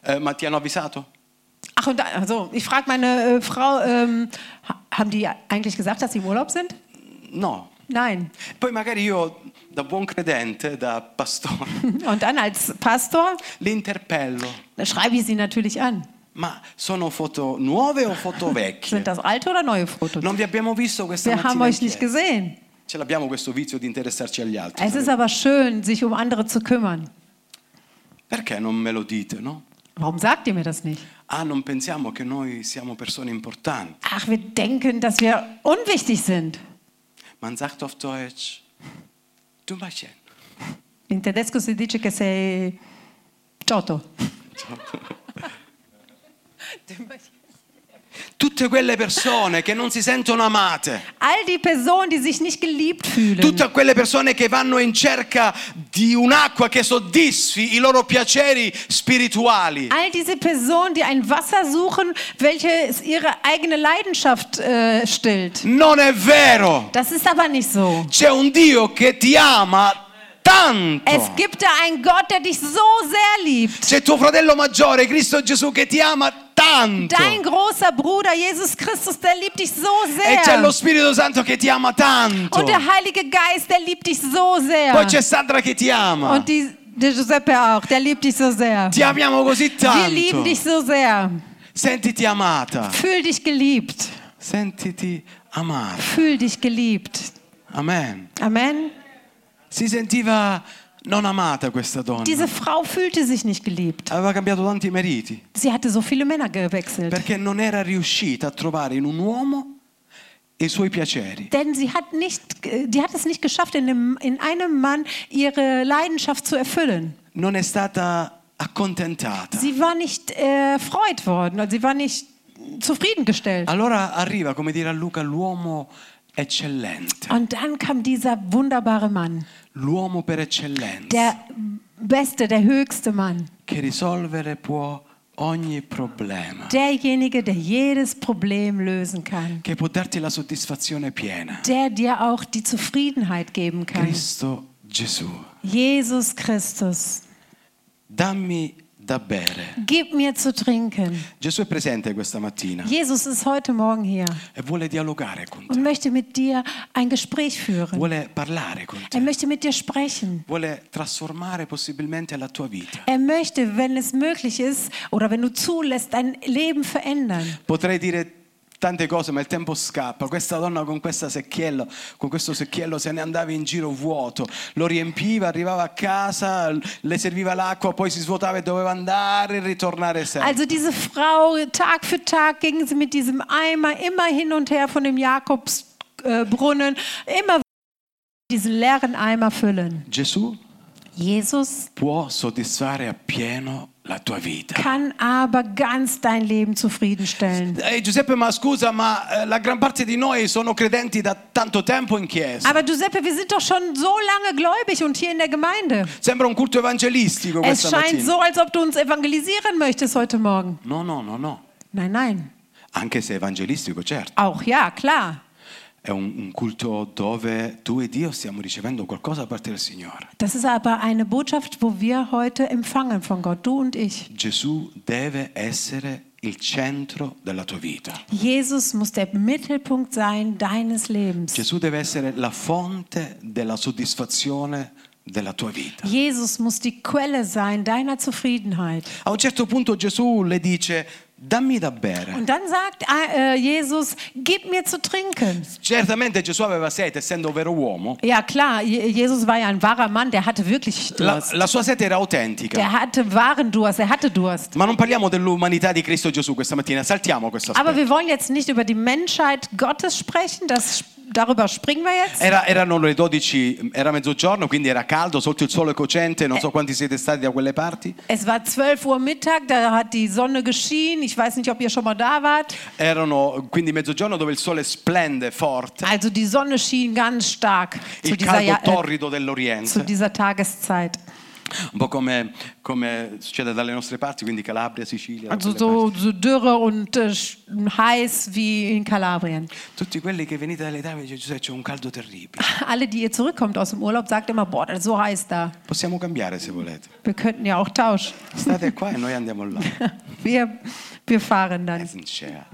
Speaker 1: Eh, ma ti hanno avvisato?
Speaker 2: Ach, und da, also, ich frage meine äh, Frau, ähm, ha- haben die eigentlich gesagt, dass sie im Urlaub sind?
Speaker 1: No.
Speaker 2: Nein.
Speaker 1: Poi magari io, da buon credente, da pastore,
Speaker 2: Und dann als Pastor
Speaker 1: li interpello.
Speaker 2: da schreibe ich sie natürlich an.
Speaker 1: Ma sono foto nuove o foto vecchie?
Speaker 2: Sind das alte oder neue Fotos?
Speaker 1: Non vi abbiamo visto questa
Speaker 2: Wir haben
Speaker 1: mattina. in
Speaker 2: euch nicht
Speaker 1: chiesa.
Speaker 2: gesehen.
Speaker 1: Ce l'abbiamo questo vizio di interessarci agli altri.
Speaker 2: Es ist aber schön, sich um andere zu kümmern.
Speaker 1: Perché non me lo dite, no?
Speaker 2: Warum sagt ihr mir das nicht?
Speaker 1: Ah, non pensiamo che noi siamo persone importanti.
Speaker 2: Ach, wir denken, dass wir unwichtig sind.
Speaker 1: Man sagt auf Deutsch, du machst schön.
Speaker 2: In tedesco si dice che sei Giotto.
Speaker 1: Tutte quelle persone che non si sentono amate.
Speaker 2: All die Personen, die sich nicht geliebt fühlen.
Speaker 1: Tutte quelle persone che vanno in cerca di un'acqua che soddisfi i loro piaceri spirituali.
Speaker 2: All diese Personen, die ein Wasser suchen, welches ihre eigene Leidenschaft äh, stillt.
Speaker 1: Non è vero!
Speaker 2: Das ist aber nicht so.
Speaker 1: C'è un Dio che ti ama
Speaker 2: Es
Speaker 1: tanto.
Speaker 2: gibt da einen Gott, der dich so sehr liebt.
Speaker 1: C'è tuo fratello maggiore, Cristo Gesù, che ti ama tanto.
Speaker 2: Dein großer Bruder Jesus Christus, der liebt dich so
Speaker 1: E c'è lo
Speaker 2: sehr.
Speaker 1: Spirito Santo che ti ama tanto.
Speaker 2: Und er der Heilige Geist, der liebt dich so
Speaker 1: Poi
Speaker 2: sehr.
Speaker 1: c'è Sandra che ti ama.
Speaker 2: Und die, der Giuseppe auch, der liebt dich so sehr.
Speaker 1: Ti amiamo così
Speaker 2: Wir lieben
Speaker 1: tanto.
Speaker 2: dich so sehr.
Speaker 1: Sentiti amata.
Speaker 2: Fühl dich geliebt.
Speaker 1: Sentiti amata.
Speaker 2: Fühl dich geliebt.
Speaker 1: Amen.
Speaker 2: Amen.
Speaker 1: Si sentiva non amata questa donna.
Speaker 2: Diese Frau fühlte sich nicht geliebt.
Speaker 1: Aveva cambiato tanti mariti.
Speaker 2: Sie hatte so viele Männer gewechselt.
Speaker 1: perché non era riuscita a trovare in un uomo i suoi piaceri.
Speaker 2: Denn sie hat, nicht, äh, die hat es nicht geschafft, in einem, in einem Mann ihre Leidenschaft zu erfüllen.
Speaker 1: Non è stata accontentata.
Speaker 2: Sie war nicht äh, erfreut worden und sie war nicht zufriedengestellt.
Speaker 1: Allora arriva, come dire a Luca, l'uomo eccellente,
Speaker 2: Und dann kam dieser wunderbare Mann,
Speaker 1: l'uomo per eccellenza,
Speaker 2: der beste, der höchste Mann,
Speaker 1: che risolvere può ogni problema,
Speaker 2: derjenige, der jedes Problem lösen kann,
Speaker 1: che può darti la soddisfazione piena.
Speaker 2: der dir auch die Zufriedenheit geben kann.
Speaker 1: Cristo Gesù,
Speaker 2: Jesus Christus,
Speaker 1: dammi da bere.
Speaker 2: gib mir zu trinken.
Speaker 1: Gesù è presente questa mattina
Speaker 2: Jesus ist heute Morgen hier
Speaker 1: e vuole dialogare con te,
Speaker 2: und möchte mit dir ein Gespräch führen.
Speaker 1: vuole parlare con
Speaker 2: Er
Speaker 1: te,
Speaker 2: möchte mit dir sprechen.
Speaker 1: vuole trasformare possibilmente la tua vita.
Speaker 2: Er möchte, wenn es möglich ist oder wenn du zulässt, dein Leben verändern.
Speaker 1: Potrei dire tante cose, ma il tempo scappa. Questa donna con questa secchiello, con questo secchiello se ne andava in giro vuoto, lo riempiva, arrivava a casa, l- le serviva l'acqua, poi si svuotava e doveva andare e ritornare sempre.
Speaker 2: Also diese Frau, Tag für Tag ging sie mit diesem Eimer immer hin und her von dem Jakobsbrunnen, äh, Brunnen, immer diesen leeren Eimer füllen.
Speaker 1: Gesù
Speaker 2: Jesus
Speaker 1: può soddisfare appieno la tua vita.
Speaker 2: kann aber ganz dein Leben zufriedenstellen.
Speaker 1: Eh, Giuseppe, ma scusa, ma eh, la gran parte di noi sono credenti da tanto tempo in chiesa.
Speaker 2: Aber Giuseppe, wir sind doch schon so lange gläubig und hier in der Gemeinde.
Speaker 1: Sembra un culto evangelistico
Speaker 2: Es
Speaker 1: questa
Speaker 2: scheint
Speaker 1: mattina.
Speaker 2: so, als ob du uns evangelisieren möchtest heute Morgen.
Speaker 1: No, no, no, no.
Speaker 2: Nein, nein.
Speaker 1: Anche se evangelistico, certo.
Speaker 2: Auch ja, klar.
Speaker 1: È un, un culto dove tu e Dio stiamo ricevendo qualcosa da parte del Signore.
Speaker 2: Das ist aber eine Botschaft, wo wir heute empfangen von Gott, du und ich.
Speaker 1: Gesù deve essere il centro della tua vita.
Speaker 2: Jesus muss der Mittelpunkt sein deines Lebens.
Speaker 1: Gesù deve essere la fonte della soddisfazione della tua vita.
Speaker 2: Jesus muss die Quelle sein deiner Zufriedenheit.
Speaker 1: A un certo punto Gesù le dice, dammi da bere.
Speaker 2: Und dann sagt äh, äh, Jesus, gib mir zu trinken.
Speaker 1: Certamente Gesù aveva sete, essendo vero uomo.
Speaker 2: Ja klar, Je- Jesus war ja ein wahrer Mann, der hatte wirklich
Speaker 1: La,
Speaker 2: Durst.
Speaker 1: la sua sete era autentica.
Speaker 2: Der hatte wahren Durst, er hatte Durst.
Speaker 1: Ma non parliamo dell'umanità di Cristo Gesù questa mattina, saltiamo questa
Speaker 2: Aber wir wollen jetzt nicht über die Menschheit Gottes sprechen, das, darüber springen wir jetzt.
Speaker 1: Era, erano le 12, era mezzogiorno, quindi era caldo, sotto il sole cocente, non so quanti siete stati da quelle parti.
Speaker 2: Es war 12 Uhr Mittag, da hat die Sonne geschienen. Ich weiß nicht, ob ihr schon mal da wart.
Speaker 1: Erano quindi mezzogiorno dove il sole splende forte,
Speaker 2: Also die Sonne schien ganz stark zu
Speaker 1: il
Speaker 2: dieser,
Speaker 1: caldo
Speaker 2: ja äh,
Speaker 1: torrido
Speaker 2: zu
Speaker 1: dell'Oriente,
Speaker 2: dieser Tageszeit.
Speaker 1: un po' come, come succede dalle nostre parti, quindi Calabria, Sicilia. da
Speaker 2: Also
Speaker 1: quelle parti.
Speaker 2: so, so dürre und äh, sch- heiß wie in Kalabrien.
Speaker 1: Tutti quelli che venite dall'Italia dice Giuseppe c'è un caldo terribile.
Speaker 2: Alle, die ihr zurückkommt aus dem Urlaub, sagt immer, boah, das ist so heiß da.
Speaker 1: Possiamo cambiare se volete.
Speaker 2: Wir könnten ja auch tauschen.
Speaker 1: State qua e noi andiamo là.
Speaker 2: Wir, wir fahren dann.
Speaker 1: Doesn't share.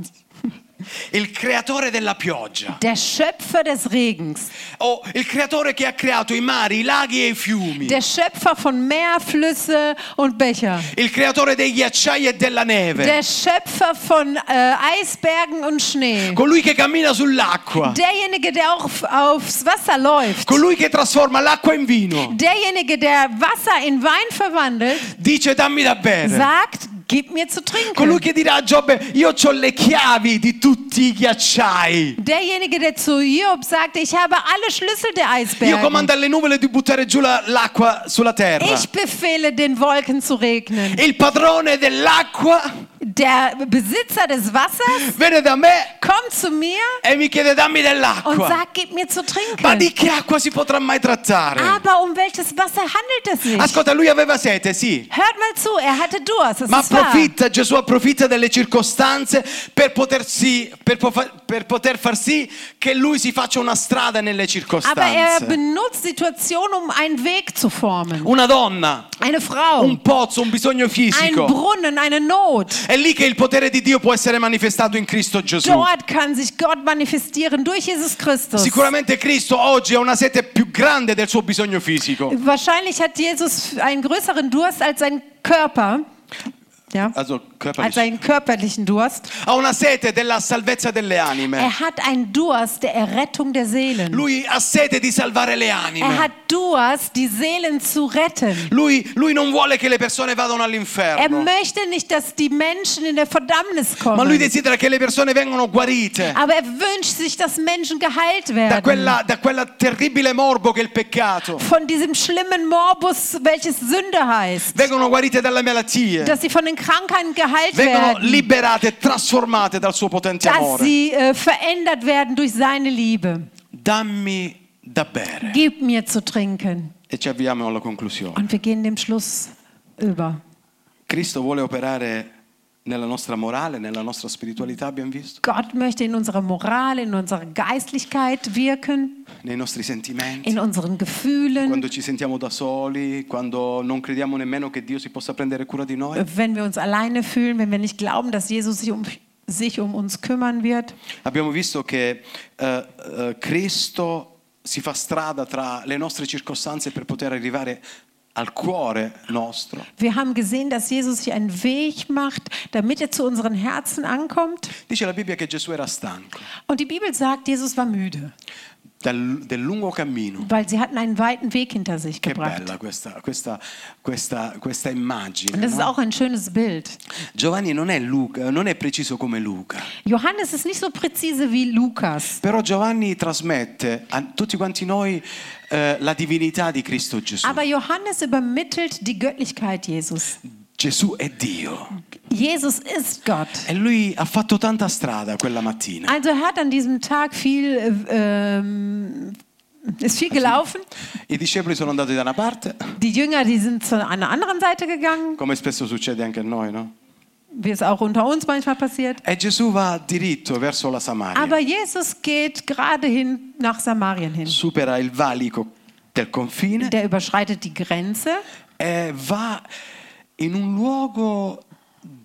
Speaker 1: Il creatore della pioggia,
Speaker 2: Der Schöpfer des Regens,
Speaker 1: o il creatore che ha creato i mari, i laghi e i fiumi,
Speaker 2: der Schöpfer von Meer, Flüsse und Becher,
Speaker 1: il creatore dei ghiacciai e della neve,
Speaker 2: der Schöpfer von äh, Eisbergen und Schnee,
Speaker 1: colui che cammina sull'acqua,
Speaker 2: derjenige, der auch auf, aufs Wasser läuft,
Speaker 1: colui che trasforma l'acqua in vino,
Speaker 2: derjenige, der Wasser in Wein verwandelt,
Speaker 1: dice dammi da bere.
Speaker 2: sagt, gib mir zu
Speaker 1: Colui
Speaker 2: trinken.
Speaker 1: che dirà a Giobbe io ho le chiavi di tutti i ghiacciai.
Speaker 2: Derjenige, der zu Job sagte, ich habe alle Schlüssel der
Speaker 1: Io
Speaker 2: Eisberge.
Speaker 1: comando alle nuvole di buttare giù la- l'acqua sulla terra.
Speaker 2: Ich befehle den Wolken zu regnen.
Speaker 1: Il padrone dell'acqua
Speaker 2: Der Besitzer des Wassers
Speaker 1: viene da me
Speaker 2: kommt zu mir
Speaker 1: e mi chiede dammi
Speaker 2: und
Speaker 1: dell'acqua.
Speaker 2: sagt, gib mir zu
Speaker 1: Ma
Speaker 2: trinken.
Speaker 1: di che acqua si potrà mai trattare?
Speaker 2: Aber um welches Wasser handelt es sich?
Speaker 1: Ascolta, lui aveva sete, sì.
Speaker 2: Hört mal zu, er hatte Durst. Das
Speaker 1: Ma
Speaker 2: ist wahr.
Speaker 1: approfitta, Gesù approfitta delle circostanze per, potersi, per, po- per poter far sì che lui si faccia una strada nelle
Speaker 2: Aber er
Speaker 1: circostanze.
Speaker 2: benutzt Situationen, um einen Weg zu formen.
Speaker 1: Una donna,
Speaker 2: Eine Frau,
Speaker 1: un pozzo, un bisogno
Speaker 2: ein
Speaker 1: fisico.
Speaker 2: Brunnen, eine Not.
Speaker 1: È lì che il potere di Dio può essere manifestato in Cristo Gesù.
Speaker 2: Dort kann sich Gott manifestieren durch Jesus Christus.
Speaker 1: Sicuramente Cristo oggi ha una sete più grande del suo bisogno fisico.
Speaker 2: Eh, Wahrscheinlich hat Jesus einen größeren Durst als sein Körper. Ja.
Speaker 1: Also,
Speaker 2: Als
Speaker 1: körperlich.
Speaker 2: seinen körperlichen Durst.
Speaker 1: Ha una sete della salvezza delle anime.
Speaker 2: Er hat einen Durst der Errettung der Seelen.
Speaker 1: Lui ha sete di salvare le
Speaker 2: Er
Speaker 1: anime.
Speaker 2: hat Durst, die Seelen zu retten.
Speaker 1: Lui, lui non vuole che le persone vadano
Speaker 2: Er
Speaker 1: all'inferno,
Speaker 2: möchte nicht, dass die Menschen in der Verdammnis
Speaker 1: ma lui
Speaker 2: kommen.
Speaker 1: desidera che le persone vengano guarite
Speaker 2: Aber er wünscht sich, dass Menschen geheilt
Speaker 1: da
Speaker 2: werden.
Speaker 1: quella, da quella terribile morbo che è il peccato.
Speaker 2: Von diesem schlimmen Morbus, welches Sünde heißt.
Speaker 1: Vengono guarite dalle malattie,
Speaker 2: Dass sie von den Krankheiten geheilt
Speaker 1: vengono
Speaker 2: werden.
Speaker 1: liberate e trasformate dal suo potente
Speaker 2: Dass
Speaker 1: amore.
Speaker 2: sie äh, verändert werden durch seine Liebe.
Speaker 1: Dammi da bere.
Speaker 2: Gib mir zu trinken.
Speaker 1: E ci avviamo alla conclusione.
Speaker 2: Und wir gehen dem Schluss über.
Speaker 1: Cristo vuole operare nella nostra morale, nella nostra spiritualità, abbiamo visto,
Speaker 2: Gott möchte in unserer Moral, in unserer Geistlichkeit wirken,
Speaker 1: nei nostri sentimenti.
Speaker 2: in unseren Gefühlen,
Speaker 1: Quando ci sentiamo da soli, quando non crediamo nemmeno che Dio si possa prendere cura di noi.
Speaker 2: wenn wir uns alleine fühlen, wenn wir nicht glauben, dass Jesus sich um, sich um uns kümmern wird.
Speaker 1: Abbiamo visto che eh, eh, Cristo si fa strada tra le nostre circostanze per poter arrivare al cuore nostro.
Speaker 2: Wir haben gesehen, dass Jesus sich einen Weg macht, damit er zu unseren Herzen ankommt.
Speaker 1: Dice la Bibbia che Gesù era stanco
Speaker 2: Und die Bibel sagt, Jesus war müde,
Speaker 1: dal- del lungo cammino.
Speaker 2: weil sie hatten einen weiten Weg hinter sich
Speaker 1: Che
Speaker 2: gebracht.
Speaker 1: bella questa, questa, questa, questa
Speaker 2: Und
Speaker 1: immagine.
Speaker 2: das ist
Speaker 1: no?
Speaker 2: auch ein schönes Bild.
Speaker 1: Giovanni non è, Luca- non è preciso come Luca,
Speaker 2: Johannes ist nicht so präzise wie Lukas,
Speaker 1: però Giovanni trasmette a tutti quanti noi eh, la divinità di Cristo Gesù.
Speaker 2: Ah. aber Johannes übermittelt die Göttlichkeit Jesus.
Speaker 1: Gesù è Dio.
Speaker 2: Jesus ist Gott.
Speaker 1: E lui ha fatto tanta strada quella mattina.
Speaker 2: Also er hat an diesem Tag viel, äh, ähm, ist viel gelaufen.
Speaker 1: I discepoli sono andati da una parte,
Speaker 2: Die Jünger, die sind zu einer anderen Seite gegangen,
Speaker 1: come spesso succede anche a noi, no?
Speaker 2: wie es auch unter uns manchmal passiert.
Speaker 1: E Gesù va diritto verso la Samaria.
Speaker 2: Aber Jesus geht gerade hin nach Samarien hin.
Speaker 1: supera il valico del confine
Speaker 2: Der überschreitet die Grenze
Speaker 1: e va in un luogo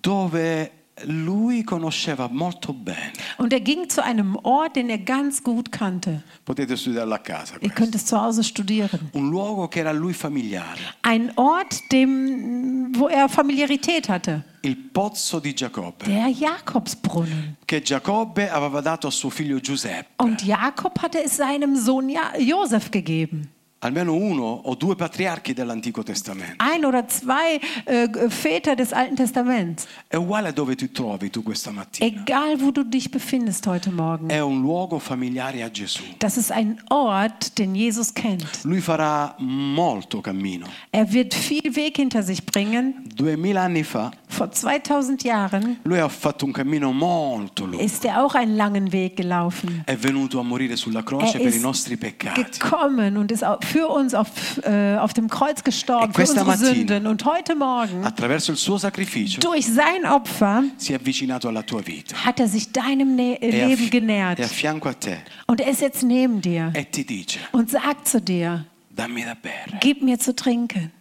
Speaker 1: dove lui conosceva molto bene.
Speaker 2: und er ging zu einem Ort, den er ganz gut kannte.
Speaker 1: Potete studiarlo a casa.
Speaker 2: Ihr
Speaker 1: questo.
Speaker 2: könnt es zu Hause studieren.
Speaker 1: Un luogo che era a lui familiare,
Speaker 2: Ein Ort, dem, wo er Familiarität hatte.
Speaker 1: il pozzo di Giacobbe,
Speaker 2: Der Jakobsbrunnen.
Speaker 1: che Giacobbe aveva dato a suo figlio Giuseppe.
Speaker 2: Und Jakob hatte es seinem Sohn ja Josef gegeben.
Speaker 1: Almeno uno o due patriarchi dell'Antico Testamento.
Speaker 2: Ein oder zwei äh, Väter des Alten Testaments.
Speaker 1: È uguale a dove ti trovi tu questa mattina.
Speaker 2: Egal, wo du dich befindest heute Morgen.
Speaker 1: È un luogo familiare a Gesù.
Speaker 2: Das ist ein Ort, den Jesus kennt.
Speaker 1: Lui farà molto cammino.
Speaker 2: Er wird viel Weg hinter sich bringen.
Speaker 1: Duemila anni fa
Speaker 2: Vor 2000 Jahren
Speaker 1: Lui ha fatto un cammino molto lungo.
Speaker 2: ist er auch einen langen Weg gelaufen.
Speaker 1: È venuto a morire sulla croce
Speaker 2: Er
Speaker 1: per
Speaker 2: ist
Speaker 1: i nostri peccati.
Speaker 2: gekommen und ist au- für uns auf, äh, auf dem Kreuz gestorben,
Speaker 1: E
Speaker 2: für
Speaker 1: questa
Speaker 2: unsere
Speaker 1: mattina-
Speaker 2: Sünden. Und heute Morgen,
Speaker 1: Attraverso il suo sacrificio
Speaker 2: durch sein Opfer,
Speaker 1: si è avvicinato alla tua vita.
Speaker 2: hat er sich deinem Nä äh,
Speaker 1: È, a
Speaker 2: Leben
Speaker 1: fi-
Speaker 2: genährt.
Speaker 1: è a fianco a te
Speaker 2: Und er ist jetzt neben dir
Speaker 1: e ti dice:
Speaker 2: und sagt zu dir,
Speaker 1: Dammi da bere,
Speaker 2: gib mir zu trinken.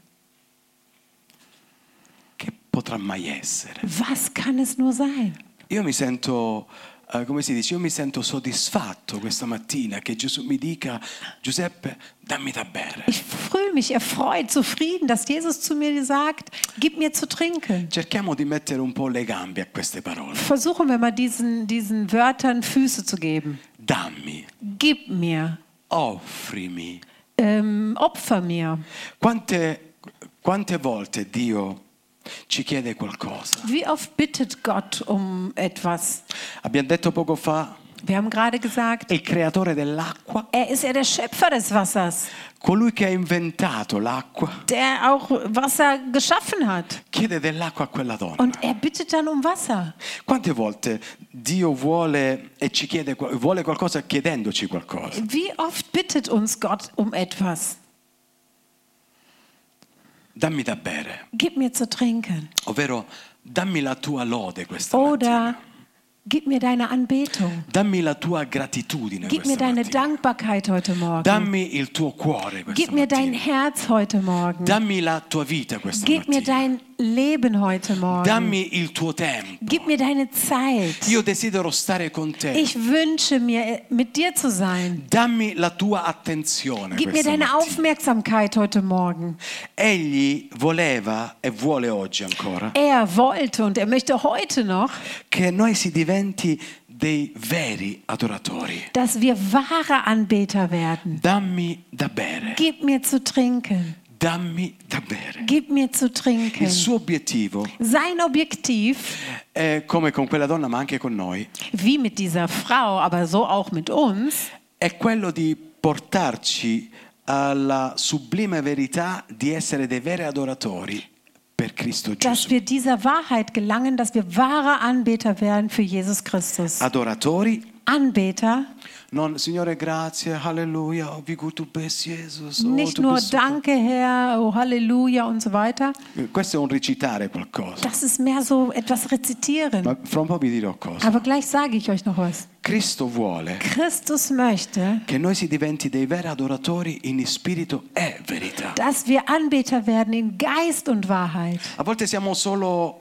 Speaker 1: che potrà mai essere?
Speaker 2: Was kann es nur sein?
Speaker 1: Io mi sento. eh, come si dice? Io mi sento soddisfatto questa mattina che Gesù mi dica, Giuseppe, dammi da bere.
Speaker 2: Ich fühle mich erfreut, zufrieden, dass Jesus zu mir sagt, gib mir zu trinken.
Speaker 1: Cerchiamo di mettere un po' le gambe a queste parole.
Speaker 2: Versuchen wir mal diesen, diesen Wörtern Füße zu geben.
Speaker 1: Dammi,
Speaker 2: Gib mir,
Speaker 1: offrimi.
Speaker 2: ähm, opfer mir.
Speaker 1: Quante, quante volte Dio ci chiede qualcosa?
Speaker 2: Wie oft bittet Gott um etwas?
Speaker 1: Abbiamo detto poco fa,
Speaker 2: Wir haben gerade gesagt,
Speaker 1: il creatore dell'acqua,
Speaker 2: er ist ja der Schöpfer des Wassers,
Speaker 1: colui che ha inventato l'acqua,
Speaker 2: der auch Wasser geschaffen hat.
Speaker 1: chiede dell'acqua a quella donna.
Speaker 2: Und er bittet dann um Wasser.
Speaker 1: Quante volte Dio vuole e ci chiede qual- vuole qualcosa chiedendoci qualcosa?
Speaker 2: Wie oft bittet uns Gott um etwas?
Speaker 1: Dammi da bere,
Speaker 2: Gib mir zu trinken.
Speaker 1: ovvero dammi la tua lode questa
Speaker 2: Oder
Speaker 1: mattina.
Speaker 2: gib mir deine Anbetung.
Speaker 1: Dammi la tua gratitudine
Speaker 2: Gib mir
Speaker 1: questa
Speaker 2: deine
Speaker 1: mattina.
Speaker 2: Dankbarkeit heute Morgen.
Speaker 1: Dammi il tuo cuore questa
Speaker 2: Gib mir dein
Speaker 1: mattina.
Speaker 2: Herz heute Morgen.
Speaker 1: Dammi la tua vita questa
Speaker 2: Gib mir
Speaker 1: mattina.
Speaker 2: dein Leben heute Morgen.
Speaker 1: Dammi il tuo tempo.
Speaker 2: Gib mir deine Zeit.
Speaker 1: Io desidero stare con te.
Speaker 2: Ich wünsche mir, mit dir zu sein.
Speaker 1: Dammi la tua attenzione.
Speaker 2: Gib mir
Speaker 1: questa
Speaker 2: deine
Speaker 1: mattina.
Speaker 2: Aufmerksamkeit heute Morgen.
Speaker 1: Egli voleva e vuole oggi ancora
Speaker 2: Er wollte und er möchte heute noch,
Speaker 1: che noi si diventi dei veri adoratori.
Speaker 2: dass wir wahre Anbeter werden.
Speaker 1: Dammi da bere,
Speaker 2: Gib mir zu trinken.
Speaker 1: dammi da bere.
Speaker 2: Gib mir zu
Speaker 1: Il
Speaker 2: trinken.
Speaker 1: suo obiettivo
Speaker 2: Sein Objektiv,
Speaker 1: è come con quella donna, ma anche con noi,
Speaker 2: wie mit dieser Frau, aber so auch mit uns,
Speaker 1: è quello di portarci alla sublime verità di essere dei veri adoratori per Cristo Gesù.
Speaker 2: dass wir dieser Wahrheit gelangen, dass wir wahre Anbeter werden für Jesus Christus.
Speaker 1: Adoratori
Speaker 2: Anbeter,
Speaker 1: Non, Signore, grazie, alleluia, oh, wie gut du bist, Jesus. Oh,
Speaker 2: nicht
Speaker 1: du
Speaker 2: nur
Speaker 1: bist super.
Speaker 2: Danke, Herr, oh, Halleluja und so weiter.
Speaker 1: Eh, Questo è un recitare qualcosa,
Speaker 2: Das ist mehr so etwas rezitieren.
Speaker 1: ma fra un po' vi dirò cosa.
Speaker 2: Aber gleich sage ich euch noch was.
Speaker 1: Cristo vuole
Speaker 2: Christus möchte,
Speaker 1: che noi si diventi dei veri adoratori in spirito e verità.
Speaker 2: dass wir Anbeter werden in Geist und Wahrheit.
Speaker 1: A volte siamo solo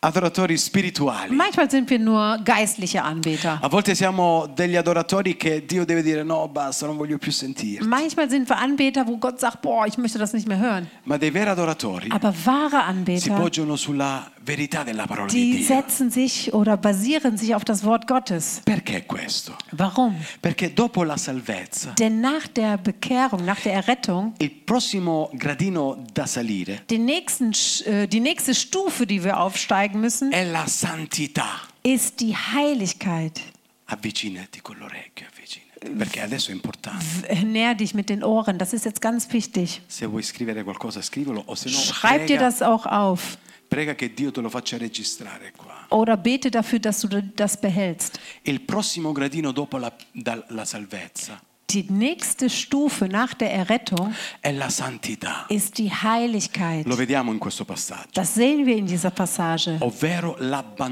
Speaker 1: adoratori spirituali,
Speaker 2: Manchmal sind wir nur geistliche Anbeter.
Speaker 1: a volte siamo degli adoratori che Dio deve dire no, basta, non voglio più sentire.
Speaker 2: Manchmal sind wir Anbeter, wo Gott sagt, boah, ich möchte das nicht mehr hören.
Speaker 1: Ma dei veri adoratori
Speaker 2: Aber wahre
Speaker 1: si
Speaker 2: Anbeter,
Speaker 1: poggiano sulla verità della parola di
Speaker 2: die
Speaker 1: Dio.
Speaker 2: setzen sich oder basieren sich auf das Wort Gottes.
Speaker 1: Perché questo?
Speaker 2: Warum?
Speaker 1: Perché dopo la salvezza
Speaker 2: Denn nach der Bekehrung, nach der Errettung,
Speaker 1: Il prossimo gradino da salire
Speaker 2: den nächsten, Sch- äh, die nächste Stufe, die wir aufsteigen müssen,
Speaker 1: è la santità.
Speaker 2: ist die Heiligkeit.
Speaker 1: Avvicinati con l'orecchio, avvicinati, perché adesso è importante.
Speaker 2: Nähr dich mit den Ohren, das ist jetzt ganz wichtig.
Speaker 1: Se vuoi scrivere qualcosa, scrivilo o se no
Speaker 2: Schreib dir
Speaker 1: prega
Speaker 2: das auch auf.
Speaker 1: Prega che Dio te lo faccia registrare qua.
Speaker 2: Oder bete dafür, dass du das behältst.
Speaker 1: E il prossimo gradino dopo la, dal- la salvezza
Speaker 2: Die nächste Stufe nach der Errettung
Speaker 1: è la santità.
Speaker 2: ist die Heiligkeit.
Speaker 1: Lo vediamo in questo passaggio.
Speaker 2: Das sehen wir in dieser Passage.
Speaker 1: Ovvero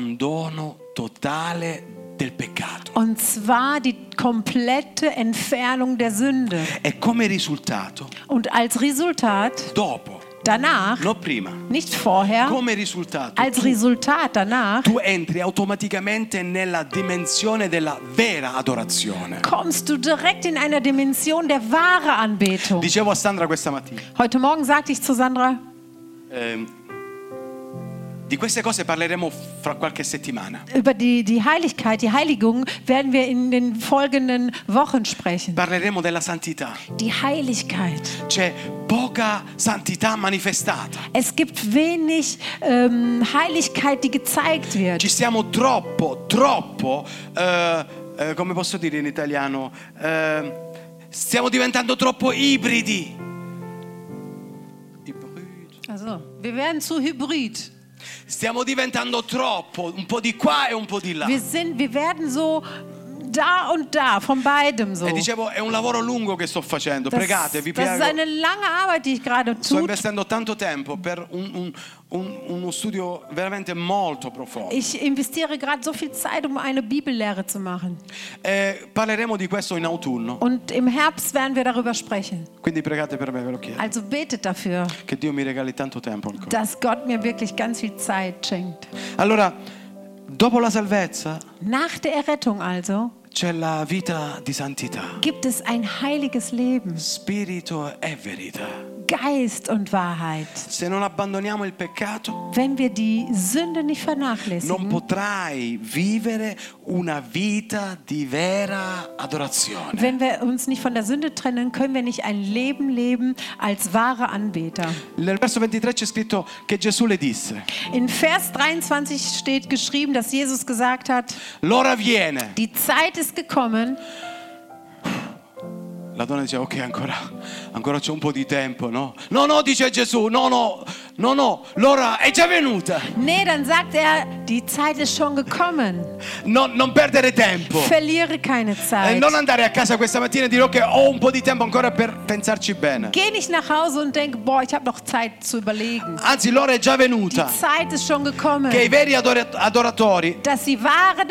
Speaker 1: l'abbandono totale del peccato.
Speaker 2: Und zwar die komplette Entfernung der Sünde.
Speaker 1: E come risultato,
Speaker 2: Und als Resultat
Speaker 1: dopo,
Speaker 2: danach,
Speaker 1: non prima,
Speaker 2: nicht vorher,
Speaker 1: come risultato,
Speaker 2: als Resultat danach
Speaker 1: tu entri automaticamente nella dimensione della vera adorazione.
Speaker 2: kommst du direkt in einer Dimension der wahre Anbetung.
Speaker 1: Dicevo a Sandra questa mattina,
Speaker 2: Heute Morgen sagte ich zu Sandra,
Speaker 1: ehm, di queste cose parleremo fra qualche settimana.
Speaker 2: über die, die Heiligkeit, die Heiligung werden wir in den folgenden Wochen sprechen.
Speaker 1: Parleremo della santità.
Speaker 2: Die Heiligkeit.
Speaker 1: C'è poca santità manifestata.
Speaker 2: Es gibt wenig ähm, Heiligkeit, die gezeigt wird.
Speaker 1: Ci siamo troppo, troppo, eh, eh, come posso dire in italiano, Ehm, stiamo diventando troppo ibridi. Ibridi.
Speaker 2: Also, wir werden zu hybrid.
Speaker 1: Stiamo diventando troppo, un po' di qua e un po' di là.
Speaker 2: Wir, sind, wir werden so da und da, von beidem so.
Speaker 1: E dicevo, è un lavoro lungo che sto facendo, pregate,
Speaker 2: das,
Speaker 1: vi
Speaker 2: das ist
Speaker 1: prego.
Speaker 2: eine lange Arbeit, die ich gerade
Speaker 1: Sto
Speaker 2: tue.
Speaker 1: investendo tanto tempo per un- un- un- uno studio veramente molto profondo.
Speaker 2: Ich investiere gerade so viel Zeit, um eine Bibellehre zu machen.
Speaker 1: Eh, parleremo di questo in autunno,
Speaker 2: Und im Herbst werden wir darüber sprechen.
Speaker 1: quindi pregate per me, ve lo chiedo.
Speaker 2: Also betet dafür,
Speaker 1: Che Dio mi regali tanto tempo ancora.
Speaker 2: dass Gott mir wirklich ganz viel Zeit schenkt.
Speaker 1: Allora, dopo la salvezza
Speaker 2: Nach der Errettung also
Speaker 1: c'è la vita di santità,
Speaker 2: gibt es ein heiliges Leben,
Speaker 1: spirito e verità.
Speaker 2: Geist und Wahrheit.
Speaker 1: Se non abbandoniamo il peccato,
Speaker 2: Wenn wir die Sünde nicht
Speaker 1: non
Speaker 2: vernachlässigen,
Speaker 1: potrai vivere una vita di vera adorazione.
Speaker 2: wenn wir uns nicht von der Sünde trennen, können wir nicht ein Leben leben als wahre Anbeter.
Speaker 1: Nel verso 23 c'è scritto che Gesù le disse,
Speaker 2: In Vers 23 steht geschrieben, dass Jesus gesagt hat,
Speaker 1: l'ora viene.
Speaker 2: die Zeit ist gekommen,
Speaker 1: La donna diceva, ok, ancora, ancora c'è un po' di tempo, no? No, no, dice Gesù, no, no, no, no, l'ora è già venuta.
Speaker 2: Nee, dann sagt er, die Zeit ist schon gekommen.
Speaker 1: No, non perdere tempo.
Speaker 2: Verliere keine
Speaker 1: E
Speaker 2: Zeit.
Speaker 1: Eh, non andare a casa questa mattina e dire, ok, ho un po' di tempo ancora per pensarci bene.
Speaker 2: Geh nicht nach Hause und denk, boah, ich habe noch Zeit zu überlegen.
Speaker 1: Anzi, l'ora è già
Speaker 2: Die
Speaker 1: venuta.
Speaker 2: Zeit ist schon gekommen,
Speaker 1: Che i veri adora- adoratori
Speaker 2: dass die wahren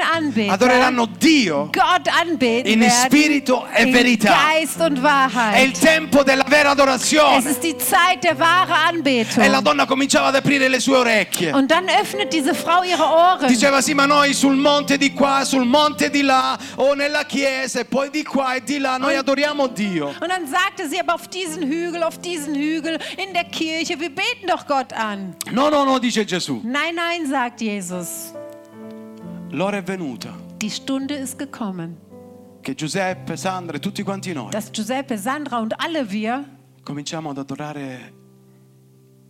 Speaker 1: adoreranno
Speaker 2: Anbeter
Speaker 1: Dio.
Speaker 2: Gott anbeten
Speaker 1: In
Speaker 2: werden.
Speaker 1: spirito e
Speaker 2: in
Speaker 1: verità.
Speaker 2: Geist und
Speaker 1: È
Speaker 2: Wahrheit.
Speaker 1: il tempo della vera
Speaker 2: Es
Speaker 1: adorazione.
Speaker 2: ist die Zeit der wahren
Speaker 1: E la
Speaker 2: Anbetung.
Speaker 1: donna cominciava ad aprire le sue orecchie.
Speaker 2: Und dann öffnet diese Frau ihre Ohren.
Speaker 1: Diceva sì, ma noi sul monte di qua, sul monte di là, o nella chiesa e poi di qua e di là, noi adoriamo Dio.
Speaker 2: Und dann sagte sie aber auf diesen Hügel, auf diesen Hügel, in der Kirche, wir beten doch Gott an.
Speaker 1: No, no, no, dice Gesù.
Speaker 2: Nein, nein, sagt Jesus,
Speaker 1: L'ora è venuta
Speaker 2: die Stunde ist gekommen.
Speaker 1: che Giuseppe, Sandra e tutti quanti noi
Speaker 2: dass Giuseppe, Sandra und alle wir
Speaker 1: cominciamo ad adorare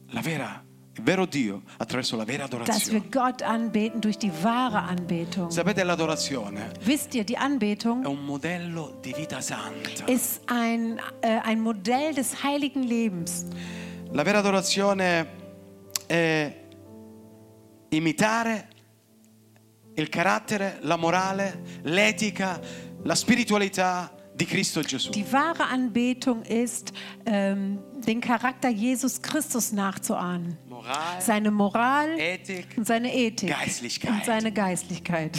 Speaker 1: la vera, il vero Dio attraverso la vera
Speaker 2: dass wir
Speaker 1: adorazione.
Speaker 2: Gott anbeten durch die wahre Anbetung.
Speaker 1: Sapete, l'adorazione
Speaker 2: Wisst ihr, die
Speaker 1: è
Speaker 2: Anbetung
Speaker 1: un modello di vita santa.
Speaker 2: ist ein, äh, ein Modell des heiligen Lebens.
Speaker 1: La vera adorazione è imitare il carattere, la morale, l'etica, la spiritualità di Cristo Gesù.
Speaker 2: Die wahre Anbetung ist, ähm, den Charakter Jesus Christus nachzuahmen.
Speaker 1: Morale,
Speaker 2: Seine Moral
Speaker 1: Ethik,
Speaker 2: und seine Ethik
Speaker 1: Geistlichkeit.
Speaker 2: und seine Geistlichkeit.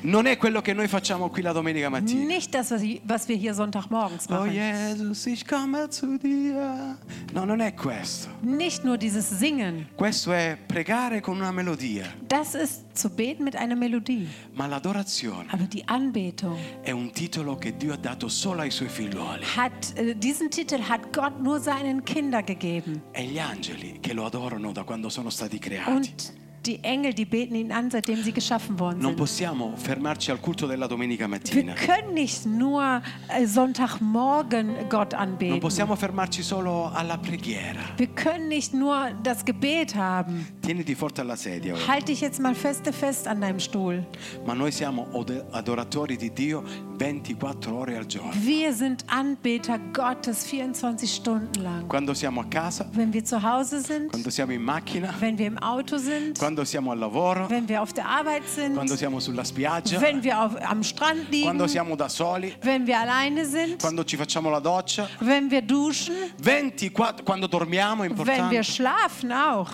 Speaker 1: non è quello che noi facciamo qui la domenica mattina.
Speaker 2: Nicht das, was was wir hier Sonntagmorgens
Speaker 1: Oh
Speaker 2: machen.
Speaker 1: Jesus, ich komme zu dir. No, non è questo.
Speaker 2: Nicht nur dieses Singen.
Speaker 1: Questo è pregare con una melodia,
Speaker 2: Das ist zu beten mit einer Melodie.
Speaker 1: ma l'adorazione
Speaker 2: Aber die Anbetung
Speaker 1: è un titolo che Dio ha dato solo ai suoi figlioli.
Speaker 2: hat, äh, diesen Titel hat Gott nur seinen Kindern gegeben.
Speaker 1: È gli angeli che lo adorano da quando sono stati creati.
Speaker 2: Und die Engel, die beten ihn an, seitdem sie geschaffen worden
Speaker 1: Non
Speaker 2: sind.
Speaker 1: possiamo fermarci al culto della domenica
Speaker 2: Wir
Speaker 1: mattina.
Speaker 2: können nicht nur äh, Sonntagmorgen Gott
Speaker 1: Non
Speaker 2: anbeten.
Speaker 1: possiamo fermarci solo alla preghiera.
Speaker 2: Wir können nicht nur das Gebet haben.
Speaker 1: Tieniti forte alla sedia oh. ora.
Speaker 2: Halt dich jetzt mal feste fest an deinem Stuhl.
Speaker 1: Ma noi siamo od- adoratori di Dio 24 ore al giorno.
Speaker 2: Wir sind Anbeter Gottes 24 Stunden lang.
Speaker 1: Quando siamo a casa,
Speaker 2: Wenn wir zu Hause sind,
Speaker 1: quando siamo in macchina,
Speaker 2: wenn wir im Auto sind,
Speaker 1: quando siamo al lavoro,
Speaker 2: wenn wir auf der Arbeit sind,
Speaker 1: quando siamo sulla spiaggia,
Speaker 2: wenn wir auf, am Strand
Speaker 1: quando
Speaker 2: liegen,
Speaker 1: siamo da soli,
Speaker 2: wenn wir alleine sind,
Speaker 1: quando ci facciamo la doccia,
Speaker 2: wenn wir duschen,
Speaker 1: 24 quando dormiamo è
Speaker 2: wenn wir
Speaker 1: importante.
Speaker 2: schlafen auch.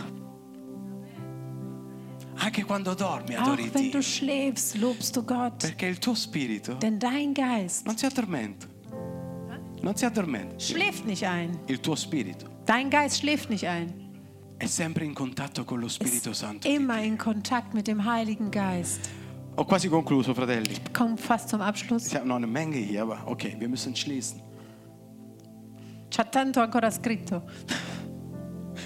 Speaker 1: Anche quando dormi
Speaker 2: Auch
Speaker 1: adori
Speaker 2: wenn
Speaker 1: Dio,
Speaker 2: du schläfst, lobst du Gott.
Speaker 1: perché il tuo spirito
Speaker 2: Denn dein Geist
Speaker 1: non si addormenta. Non si addormenta.
Speaker 2: schläft nicht ein.
Speaker 1: Il tuo spirito
Speaker 2: Dein Geist schläft nicht ein.
Speaker 1: è sempre in contatto con lo Spirito Santo. di
Speaker 2: Immer in Kontakt mit dem Heiligen Geist.
Speaker 1: Dio. Ho quasi concluso, fratelli.
Speaker 2: Kommen fast zum Abschluss.
Speaker 1: Ich habe noch eine Menge hier, aber okay, wir müssen schließen.
Speaker 2: C'ha tanto ancora scritto.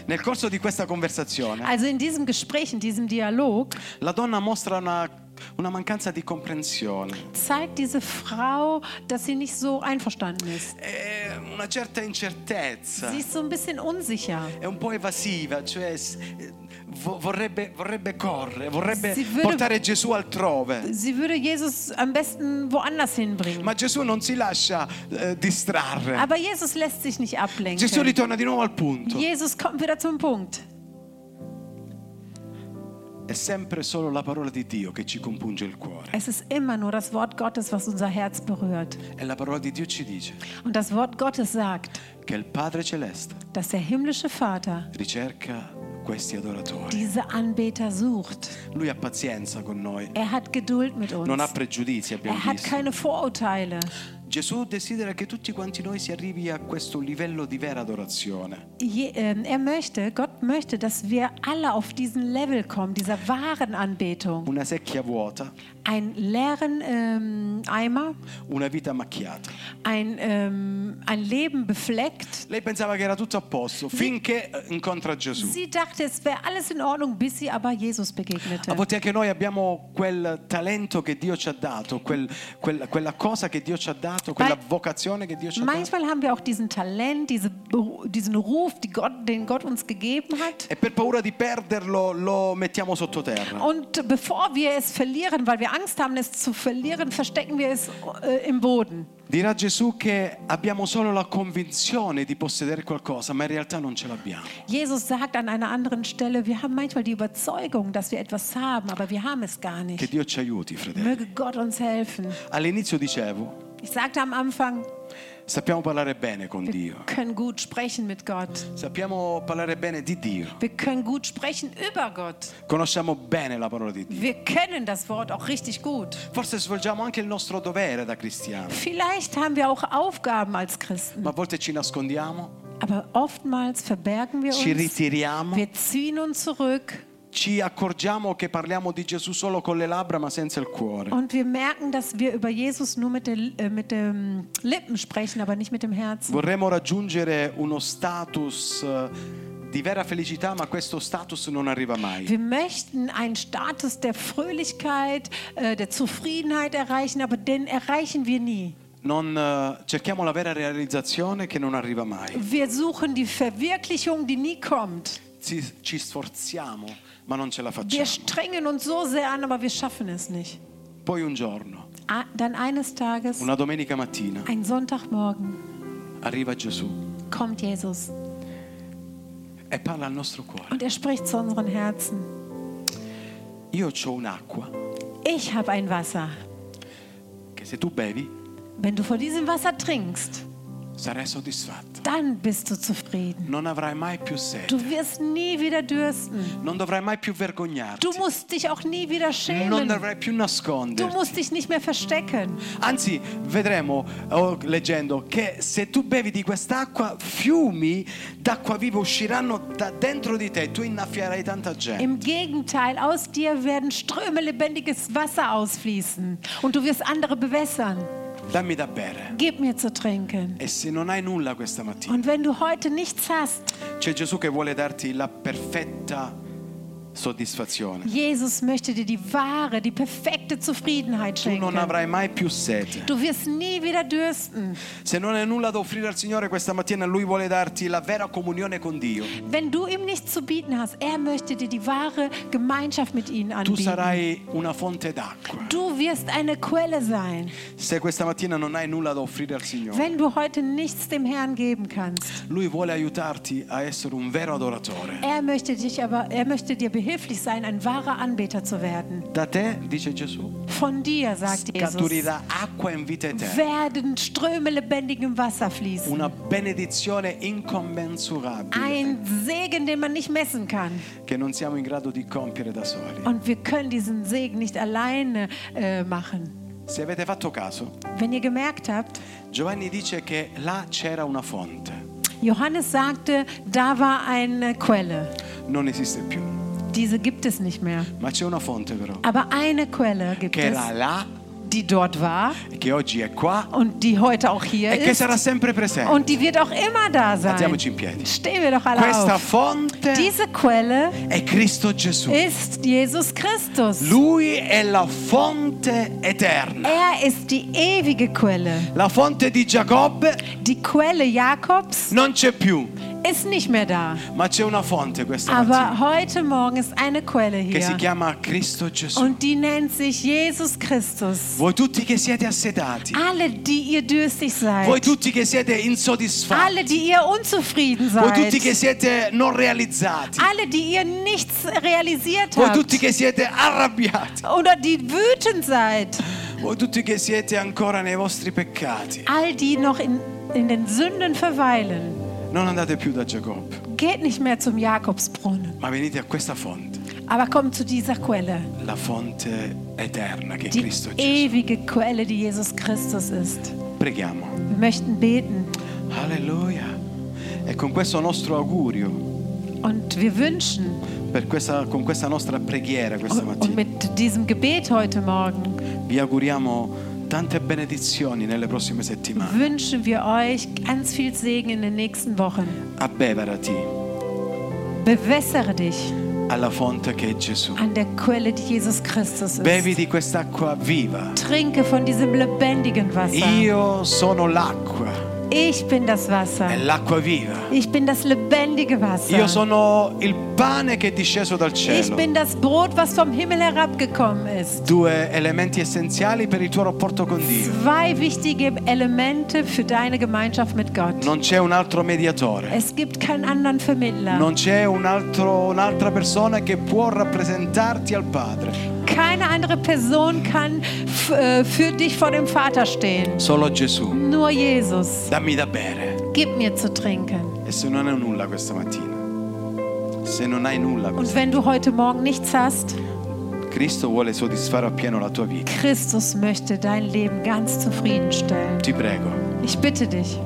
Speaker 1: Nel corso di questa conversazione,
Speaker 2: Also in diesem Gespräch, in diesem Dialog,
Speaker 1: la donna mostra una, una mancanza di comprensione,
Speaker 2: zeigt diese Frau, dass sie nicht so einverstanden ist.
Speaker 1: e Eh, una certa incertezza,
Speaker 2: Sie ist so ein bisschen unsicher.
Speaker 1: è un po' evasiva, cioè s- eh, vo- vorrebbe, vorrebbe correre, vorrebbe
Speaker 2: Si vede-
Speaker 1: portare Gesù altrove.
Speaker 2: Sie würde Jesus am besten woanders hinbringen.
Speaker 1: Ma Gesù non si lascia eh, distrarre.
Speaker 2: Aber Jesus lässt sich nicht
Speaker 1: Gesù
Speaker 2: ablenken.
Speaker 1: ritorna di nuovo al punto.
Speaker 2: Jesus kommt wieder zum Punkt.
Speaker 1: È sempre solo la parola di Dio che ci compunge il cuore.
Speaker 2: Es ist immer nur das Wort Gottes, was unser Herz berührt.
Speaker 1: E la parola di Dio ci dice
Speaker 2: Und das Wort Gottes sagt,
Speaker 1: che il Padre Celeste
Speaker 2: dass der himmlische Vater
Speaker 1: ricerca questi adoratori.
Speaker 2: diese Anbeter sucht.
Speaker 1: Lui ha pazienza con noi,
Speaker 2: Er hat Geduld mit
Speaker 1: non ha
Speaker 2: uns.
Speaker 1: pregiudizi, abbiamo
Speaker 2: Er hat
Speaker 1: visto.
Speaker 2: keine Vorurteile.
Speaker 1: Gesù desidera che tutti quanti noi si arrivi a questo livello di vera adorazione.
Speaker 2: Je, ähm, er möchte, Gott möchte, dass wir alle auf diesen Level kommen, dieser wahren Anbetung.
Speaker 1: Una secchia vuota,
Speaker 2: Einen leeren ähm, Eimer,
Speaker 1: una vita macchiata.
Speaker 2: ein, ähm, ein Leben befleckt.
Speaker 1: Lei pensava che era tutto a posto finché eh, incontra Gesù.
Speaker 2: Sie dachte, es wäre alles in Ordnung, bis sie aber Jesus
Speaker 1: A
Speaker 2: begegnete.
Speaker 1: volte anche noi abbiamo quel talento che Dio ci ha dato, quel- quella, quella cosa che Dio ci ha dato, quella
Speaker 2: Ma-
Speaker 1: vocazione che Dio ci ha dato.
Speaker 2: Manchmal haben wir auch diesen Talent, diese, Beru- diesen Ruf, die Gott, den Gott uns gegeben hat.
Speaker 1: E per paura di perderlo lo mettiamo sottoterra.
Speaker 2: Und bevor wir es verlieren, weil wir Angst haben, es zu verlieren, verstecken wir es äh, im Boden.
Speaker 1: Dirà Gesù che abbiamo solo la convinzione di possedere qualcosa, ma in realtà non ce l'abbiamo.
Speaker 2: Jesus sagt an einer anderen Stelle, wir haben manchmal die Überzeugung, dass wir etwas haben, aber wir haben es gar
Speaker 1: Che
Speaker 2: nicht.
Speaker 1: Dio ci aiuti, fratelli.
Speaker 2: Möge Gott uns helfen.
Speaker 1: All'inizio dicevo,
Speaker 2: Ich sagte am Anfang,
Speaker 1: sappiamo parlare bene con
Speaker 2: wir
Speaker 1: Dio,
Speaker 2: können gut sprechen mit Gott.
Speaker 1: sappiamo parlare bene di Dio,
Speaker 2: Wir können gut sprechen über Gott.
Speaker 1: conosciamo bene la parola di Dio.
Speaker 2: Wir kennen das Wort auch richtig gut.
Speaker 1: Forse svolgiamo anche il nostro dovere da cristiano,
Speaker 2: Vielleicht haben wir auch Aufgaben als Christen.
Speaker 1: ma a volte ci nascondiamo
Speaker 2: Aber oftmals verbergen wir
Speaker 1: ci
Speaker 2: uns,
Speaker 1: ritiriamo,
Speaker 2: wir ziehen uns zurück
Speaker 1: ci accorgiamo che parliamo di Gesù solo con le labbra ma senza il cuore.
Speaker 2: und wir merken, dass wir über Jesus nur mit, der, äh, mit den Lippen sprechen, aber nicht mit dem Herzen.
Speaker 1: Vorremmo raggiungere uno status eh, di vera felicità, ma questo status non arriva mai.
Speaker 2: Wir möchten einen Status der Fröhlichkeit, äh, der Zufriedenheit erreichen, aber den erreichen wir nie.
Speaker 1: Non, eh, cerchiamo la vera realizzazione che non arriva mai.
Speaker 2: Wir suchen die Verwirklichung, die nie kommt.
Speaker 1: Ci, ci sforziamo, ma non ce la
Speaker 2: Wir
Speaker 1: facciamo.
Speaker 2: strengen uns so sehr an, aber wir schaffen es nicht.
Speaker 1: Poi un giorno,
Speaker 2: Ah, Dann eines Tages,
Speaker 1: una domenica mattina,
Speaker 2: ein Sonntagmorgen,
Speaker 1: arriva Gesù
Speaker 2: kommt Jesus
Speaker 1: e parla al nostro cuore.
Speaker 2: und er spricht zu unseren Herzen.
Speaker 1: Io ho un'acqua
Speaker 2: Ich habe ein Wasser.
Speaker 1: che se tu bevi
Speaker 2: Wenn du von diesem Wasser trinkst,
Speaker 1: sarai soddisfatto.
Speaker 2: dann bist du zufrieden.
Speaker 1: Non avrai mai più sete,
Speaker 2: Du wirst nie wieder dürsten.
Speaker 1: non dovrai mai più vergognarti.
Speaker 2: Du musst dich auch nie wieder
Speaker 1: Non
Speaker 2: schämen.
Speaker 1: dovrai più
Speaker 2: Du
Speaker 1: nascondere.
Speaker 2: musst dich nicht mehr verstecken.
Speaker 1: Anzi, vedremo oh, leggendo che se tu bevi di quest'acqua, fiumi d'acqua viva usciranno da dentro di te, tu innaffierai tanta gente.
Speaker 2: Im Gegenteil, aus dir werden Ströme lebendiges Wasser ausfließen und du wirst andere bewässern.
Speaker 1: Dammi da bere.
Speaker 2: Gib mir zu trinken.
Speaker 1: E se non hai nulla questa mattina,
Speaker 2: Und wenn du heute nichts hast,
Speaker 1: c'è Gesù che vuole darti la perfetta soddisfazione.
Speaker 2: Jesus möchte dir die wahre, die perfekte Zufriedenheit
Speaker 1: Tu non
Speaker 2: schenken.
Speaker 1: avrai mai più sete.
Speaker 2: Du wirst nie wieder dürsten.
Speaker 1: Se non hai nulla da offrire al Signore questa mattina, Lui vuole darti la vera comunione con Dio.
Speaker 2: Wenn du ihm nichts zu bieten hast, er möchte dir die wahre Gemeinschaft mit ihm
Speaker 1: Tu
Speaker 2: anbieten.
Speaker 1: sarai una fonte d'acqua.
Speaker 2: Du wirst eine Quelle sein,
Speaker 1: Se questa mattina non hai nulla da offrire al Signore,
Speaker 2: wenn du heute nichts dem Herrn geben kannst.
Speaker 1: Lui vuole aiutarti a essere un vero adoratore.
Speaker 2: Er möchte dich aber, er möchte dir behilflich sein, ein wahrer Anbeter zu werden.
Speaker 1: Da te, dice Gesù,
Speaker 2: Von dir, sagt Jesus,
Speaker 1: scaturirà acqua in vita eterna.
Speaker 2: werden Ströme lebendigem Wasser fließen.
Speaker 1: Una benedizione incommensurabile
Speaker 2: Ein Segen, den man nicht messen kann.
Speaker 1: che non siamo in grado di compiere da soli.
Speaker 2: Und wir können diesen Segen nicht alleine äh, machen.
Speaker 1: Se avete fatto caso,
Speaker 2: Wenn ihr gemerkt habt,
Speaker 1: Giovanni dice che là c'era una fonte.
Speaker 2: Johannes sagte, da war eine Quelle.
Speaker 1: Non esiste più,
Speaker 2: Diese gibt es nicht mehr.
Speaker 1: ma c'è una fonte però,
Speaker 2: Aber eine Quelle gibt
Speaker 1: che
Speaker 2: es,
Speaker 1: era là,
Speaker 2: die dort war
Speaker 1: che oggi è qua
Speaker 2: und die heute auch hier
Speaker 1: e che
Speaker 2: ist.
Speaker 1: sarà sempre presente.
Speaker 2: Und die wird auch immer da sein.
Speaker 1: Alziamoci in piedi.
Speaker 2: Stehen wir doch alle
Speaker 1: Questa
Speaker 2: auf.
Speaker 1: fonte
Speaker 2: Diese Quelle
Speaker 1: è Cristo Gesù.
Speaker 2: ist Jesus Christus.
Speaker 1: Lui è la fonte eterna,
Speaker 2: Er ist die ewige Quelle.
Speaker 1: la fonte di Giacobbe.
Speaker 2: Die Quelle Jakobs
Speaker 1: Non c'è più,
Speaker 2: ist nicht mehr da.
Speaker 1: ma c'è una fonte questa
Speaker 2: Ah,
Speaker 1: mattina
Speaker 2: Aber heute Morgen ist eine Quelle
Speaker 1: che si
Speaker 2: hier.
Speaker 1: chiama Cristo Gesù.
Speaker 2: Und die nennt sich Jesus Christus.
Speaker 1: Voi tutti che siete assetati,
Speaker 2: Alle, die ihr dürstig
Speaker 1: voi
Speaker 2: seid.
Speaker 1: tutti che siete insoddisfatti,
Speaker 2: Alle, die ihr unzufrieden
Speaker 1: voi tutti che
Speaker 2: seid.
Speaker 1: siete non realizzati,
Speaker 2: Alle, die ihr nichts realisiert
Speaker 1: voi tutti
Speaker 2: habt.
Speaker 1: che siete arrabbiati,
Speaker 2: Oder die wütend seid.
Speaker 1: voi tutti che siete ancora nei vostri peccati.
Speaker 2: All die noch in, in den Sünden verweilen.
Speaker 1: Non andate più da Giacobbe,
Speaker 2: Geht nicht mehr zum Jakobsbrunnen.
Speaker 1: ma venite a questa fonte,
Speaker 2: Aber kommt zu dieser Quelle.
Speaker 1: la fonte eterna che è
Speaker 2: Die
Speaker 1: Cristo Gesù.
Speaker 2: ewige Quelle, die Jesus Christus ist.
Speaker 1: Preghiamo.
Speaker 2: Wir möchten beten.
Speaker 1: Alleluia. E con questo nostro augurio,
Speaker 2: Und wir wünschen,
Speaker 1: per questa- con questa nostra preghiera questa
Speaker 2: Und
Speaker 1: mattina,
Speaker 2: mit diesem Gebet heute Morgen
Speaker 1: vi auguriamo tante benedizioni nelle prossime settimane.
Speaker 2: wünschen wir euch ganz viel Segen in den nächsten Wochen.
Speaker 1: Abbeverati
Speaker 2: Bewässere dich
Speaker 1: alla fonte che è Gesù.
Speaker 2: an der Quelle, die Jesus Christus
Speaker 1: Bevi
Speaker 2: ist.
Speaker 1: di quest'acqua viva.
Speaker 2: Trinke von diesem lebendigen Wasser.
Speaker 1: Io sono l'acqua,
Speaker 2: Ich bin das Wasser.
Speaker 1: è l'acqua viva.
Speaker 2: Ich bin das lebendige
Speaker 1: Io
Speaker 2: Wasser.
Speaker 1: sono il pane che è disceso dal
Speaker 2: Ich
Speaker 1: cielo.
Speaker 2: bin das Brot, was vom Himmel herabgekommen ist.
Speaker 1: Due elementi essenziali per il tuo rapporto con Dio.
Speaker 2: Zwei wichtige Elemente für deine Gemeinschaft mit Gott.
Speaker 1: Non c'è un altro mediatore,
Speaker 2: Es gibt keinen anderen Vermittler,
Speaker 1: non c'è un altro- un'altra persona che può rappresentarti al Padre.
Speaker 2: keine andere Person kann f- äh, für dich vor dem Vater stehen.
Speaker 1: Solo Gesù.
Speaker 2: Nur Jesus,
Speaker 1: Dammi da bere.
Speaker 2: gib mir zu trinken.
Speaker 1: E se non hai nulla questa mattina, se non hai nulla,
Speaker 2: Und wenn du heute Morgen nichts hast,
Speaker 1: Cristo vuole soddisfare appieno la tua vita.
Speaker 2: Christus möchte dein Leben ganz zufriedenstellen.
Speaker 1: Ti prego,
Speaker 2: Ich bitte dich,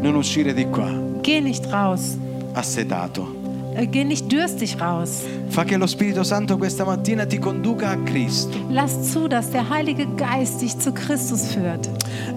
Speaker 1: non uscire di qua
Speaker 2: geh nicht raus,
Speaker 1: assetato.
Speaker 2: äh, geh nicht dürstig raus.
Speaker 1: Fa che lo Spirito Santo questa mattina ti conduca a Cristo
Speaker 2: Lass zu, dass der Heilige Geist dich zu Christus führt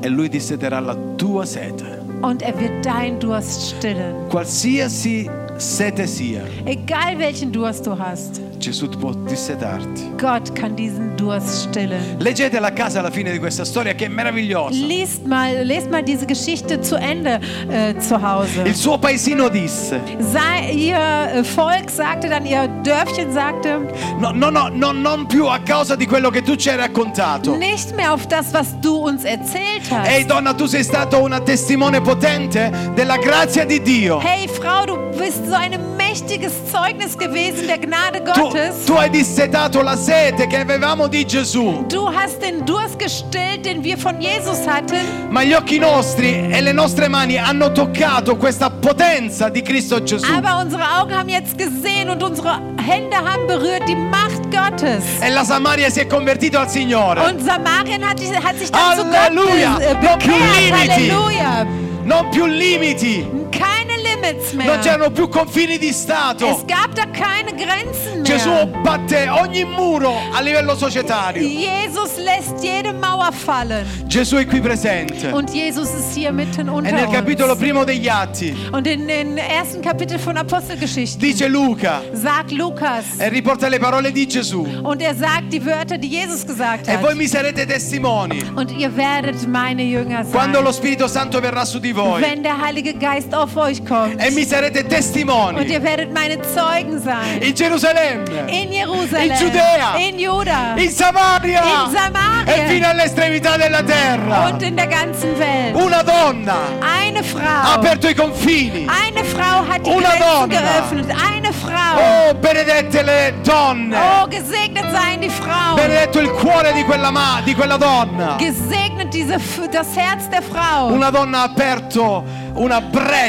Speaker 1: e Lui disseterà la tua sete.
Speaker 2: und er wird deinen Durst stillen.
Speaker 1: Qualsiasi sete sia,
Speaker 2: Egal welchen Durst du hast,
Speaker 1: Gesù può dissetarti.
Speaker 2: Gott kann diesen Durst stillen.
Speaker 1: Leggetela a casa alla fine di questa storia che è meravigliosa.
Speaker 2: Lest mal, lest mal diese Geschichte zu Ende äh, zu Hause.
Speaker 1: Il suo paesino disse,
Speaker 2: Sei, ihr äh, Volk sagte dann, ihr Dörfchen sagte,
Speaker 1: no, no, no, no, non più a causa di quello che tu ci hai raccontato.
Speaker 2: nicht mehr auf das, was du uns erzählt hast.
Speaker 1: Ehi donna, tu sei stata una testimone potente della grazia di Dio.
Speaker 2: Hey Frau, du bist so ein mächtiges Zeugnis gewesen der Gnade
Speaker 1: Tu,
Speaker 2: Gottes.
Speaker 1: tu hai dissetato la sete che avevamo di Gesù.
Speaker 2: Du hast den Durst gestillt, den wir von Jesus hatten,
Speaker 1: Ma gli occhi nostri e le nostre mani hanno toccato questa potenza di Cristo Gesù.
Speaker 2: aber unsere Augen haben jetzt gesehen und unsere Hände haben berührt die Macht Gottes.
Speaker 1: E la Samaria si è convertita al Signore.
Speaker 2: Und Samarien hat, sich- hat sich dann zu Gott
Speaker 1: Halleluja.
Speaker 2: be- äh,
Speaker 1: No
Speaker 2: bekehrt.
Speaker 1: community.
Speaker 2: Halleluja!
Speaker 1: Non più limiti,
Speaker 2: Keine Limits mehr.
Speaker 1: Non c'erano più confini di
Speaker 2: Es
Speaker 1: Stato.
Speaker 2: gab da keine Grenzen mehr.
Speaker 1: Gesù batte ogni muro a livello societario.
Speaker 2: Jesus lässt jede Mauer fallen.
Speaker 1: Gesù è qui presente.
Speaker 2: Und Jesus ist hier mitten
Speaker 1: E
Speaker 2: unter
Speaker 1: nel capitolo
Speaker 2: uns.
Speaker 1: primo degli Atti
Speaker 2: Und in den ersten Kapitel von Apostelgeschichten
Speaker 1: dice Luca
Speaker 2: sagt Lukas
Speaker 1: e riporta le parole di Gesù.
Speaker 2: und er sagt die Wörter, die Jesus gesagt
Speaker 1: E voi
Speaker 2: hat.
Speaker 1: mi sarete testimoni
Speaker 2: Und ihr werdet meine Jünger
Speaker 1: quando lo
Speaker 2: sein,
Speaker 1: Spirito Santo verrà su di voi.
Speaker 2: wenn der Heilige Geist auf euch kommt.
Speaker 1: E mi sarete
Speaker 2: Und
Speaker 1: testimoni
Speaker 2: ihr werdet meine Zeugen sein.
Speaker 1: in Gerusalemme,
Speaker 2: In Jerusalem.
Speaker 1: In Judäa.
Speaker 2: In Juda.
Speaker 1: in Samaria
Speaker 2: In Samaria.
Speaker 1: e fino all'estremità della terra.
Speaker 2: Und in der ganzen Welt.
Speaker 1: Una donna
Speaker 2: Eine
Speaker 1: ha
Speaker 2: Frau.
Speaker 1: aperto i confini.
Speaker 2: Eine Frau hat die
Speaker 1: Una
Speaker 2: Grenzen
Speaker 1: donna.
Speaker 2: geöffnet. Eine Frau.
Speaker 1: Oh, ne. benedette le donne.
Speaker 2: Oh, gesegnet seien die Frauen.
Speaker 1: Benedetto il cuore di quella, ma- di quella donna.
Speaker 2: Gesegnet diese, F- das Herz der Frau.
Speaker 1: Una donna ha aperto una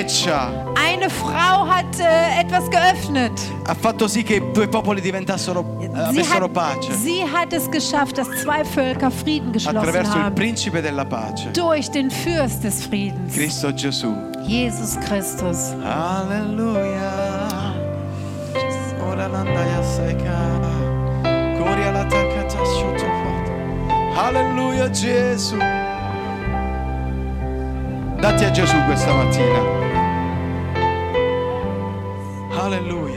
Speaker 1: breccia.
Speaker 2: Eine Frau hat äh, etwas geöffnet.
Speaker 1: Ha fatto sì che due popoli diventassero, eh,
Speaker 2: Sie
Speaker 1: avessero
Speaker 2: hat,
Speaker 1: pace.
Speaker 2: sie hat es geschafft, dass zwei Völker Frieden geschlossen
Speaker 1: Attraverso il
Speaker 2: haben.
Speaker 1: principe della pace,
Speaker 2: Durch den Fürst des Friedens,
Speaker 1: Cristo Gesù.
Speaker 2: Jesus Christus.
Speaker 1: Alleluia. Ora l'andaia seca. Coria la taccata sotto forte. Alleluia Gesù. Dati a Gesù questa mattina. Alleluia.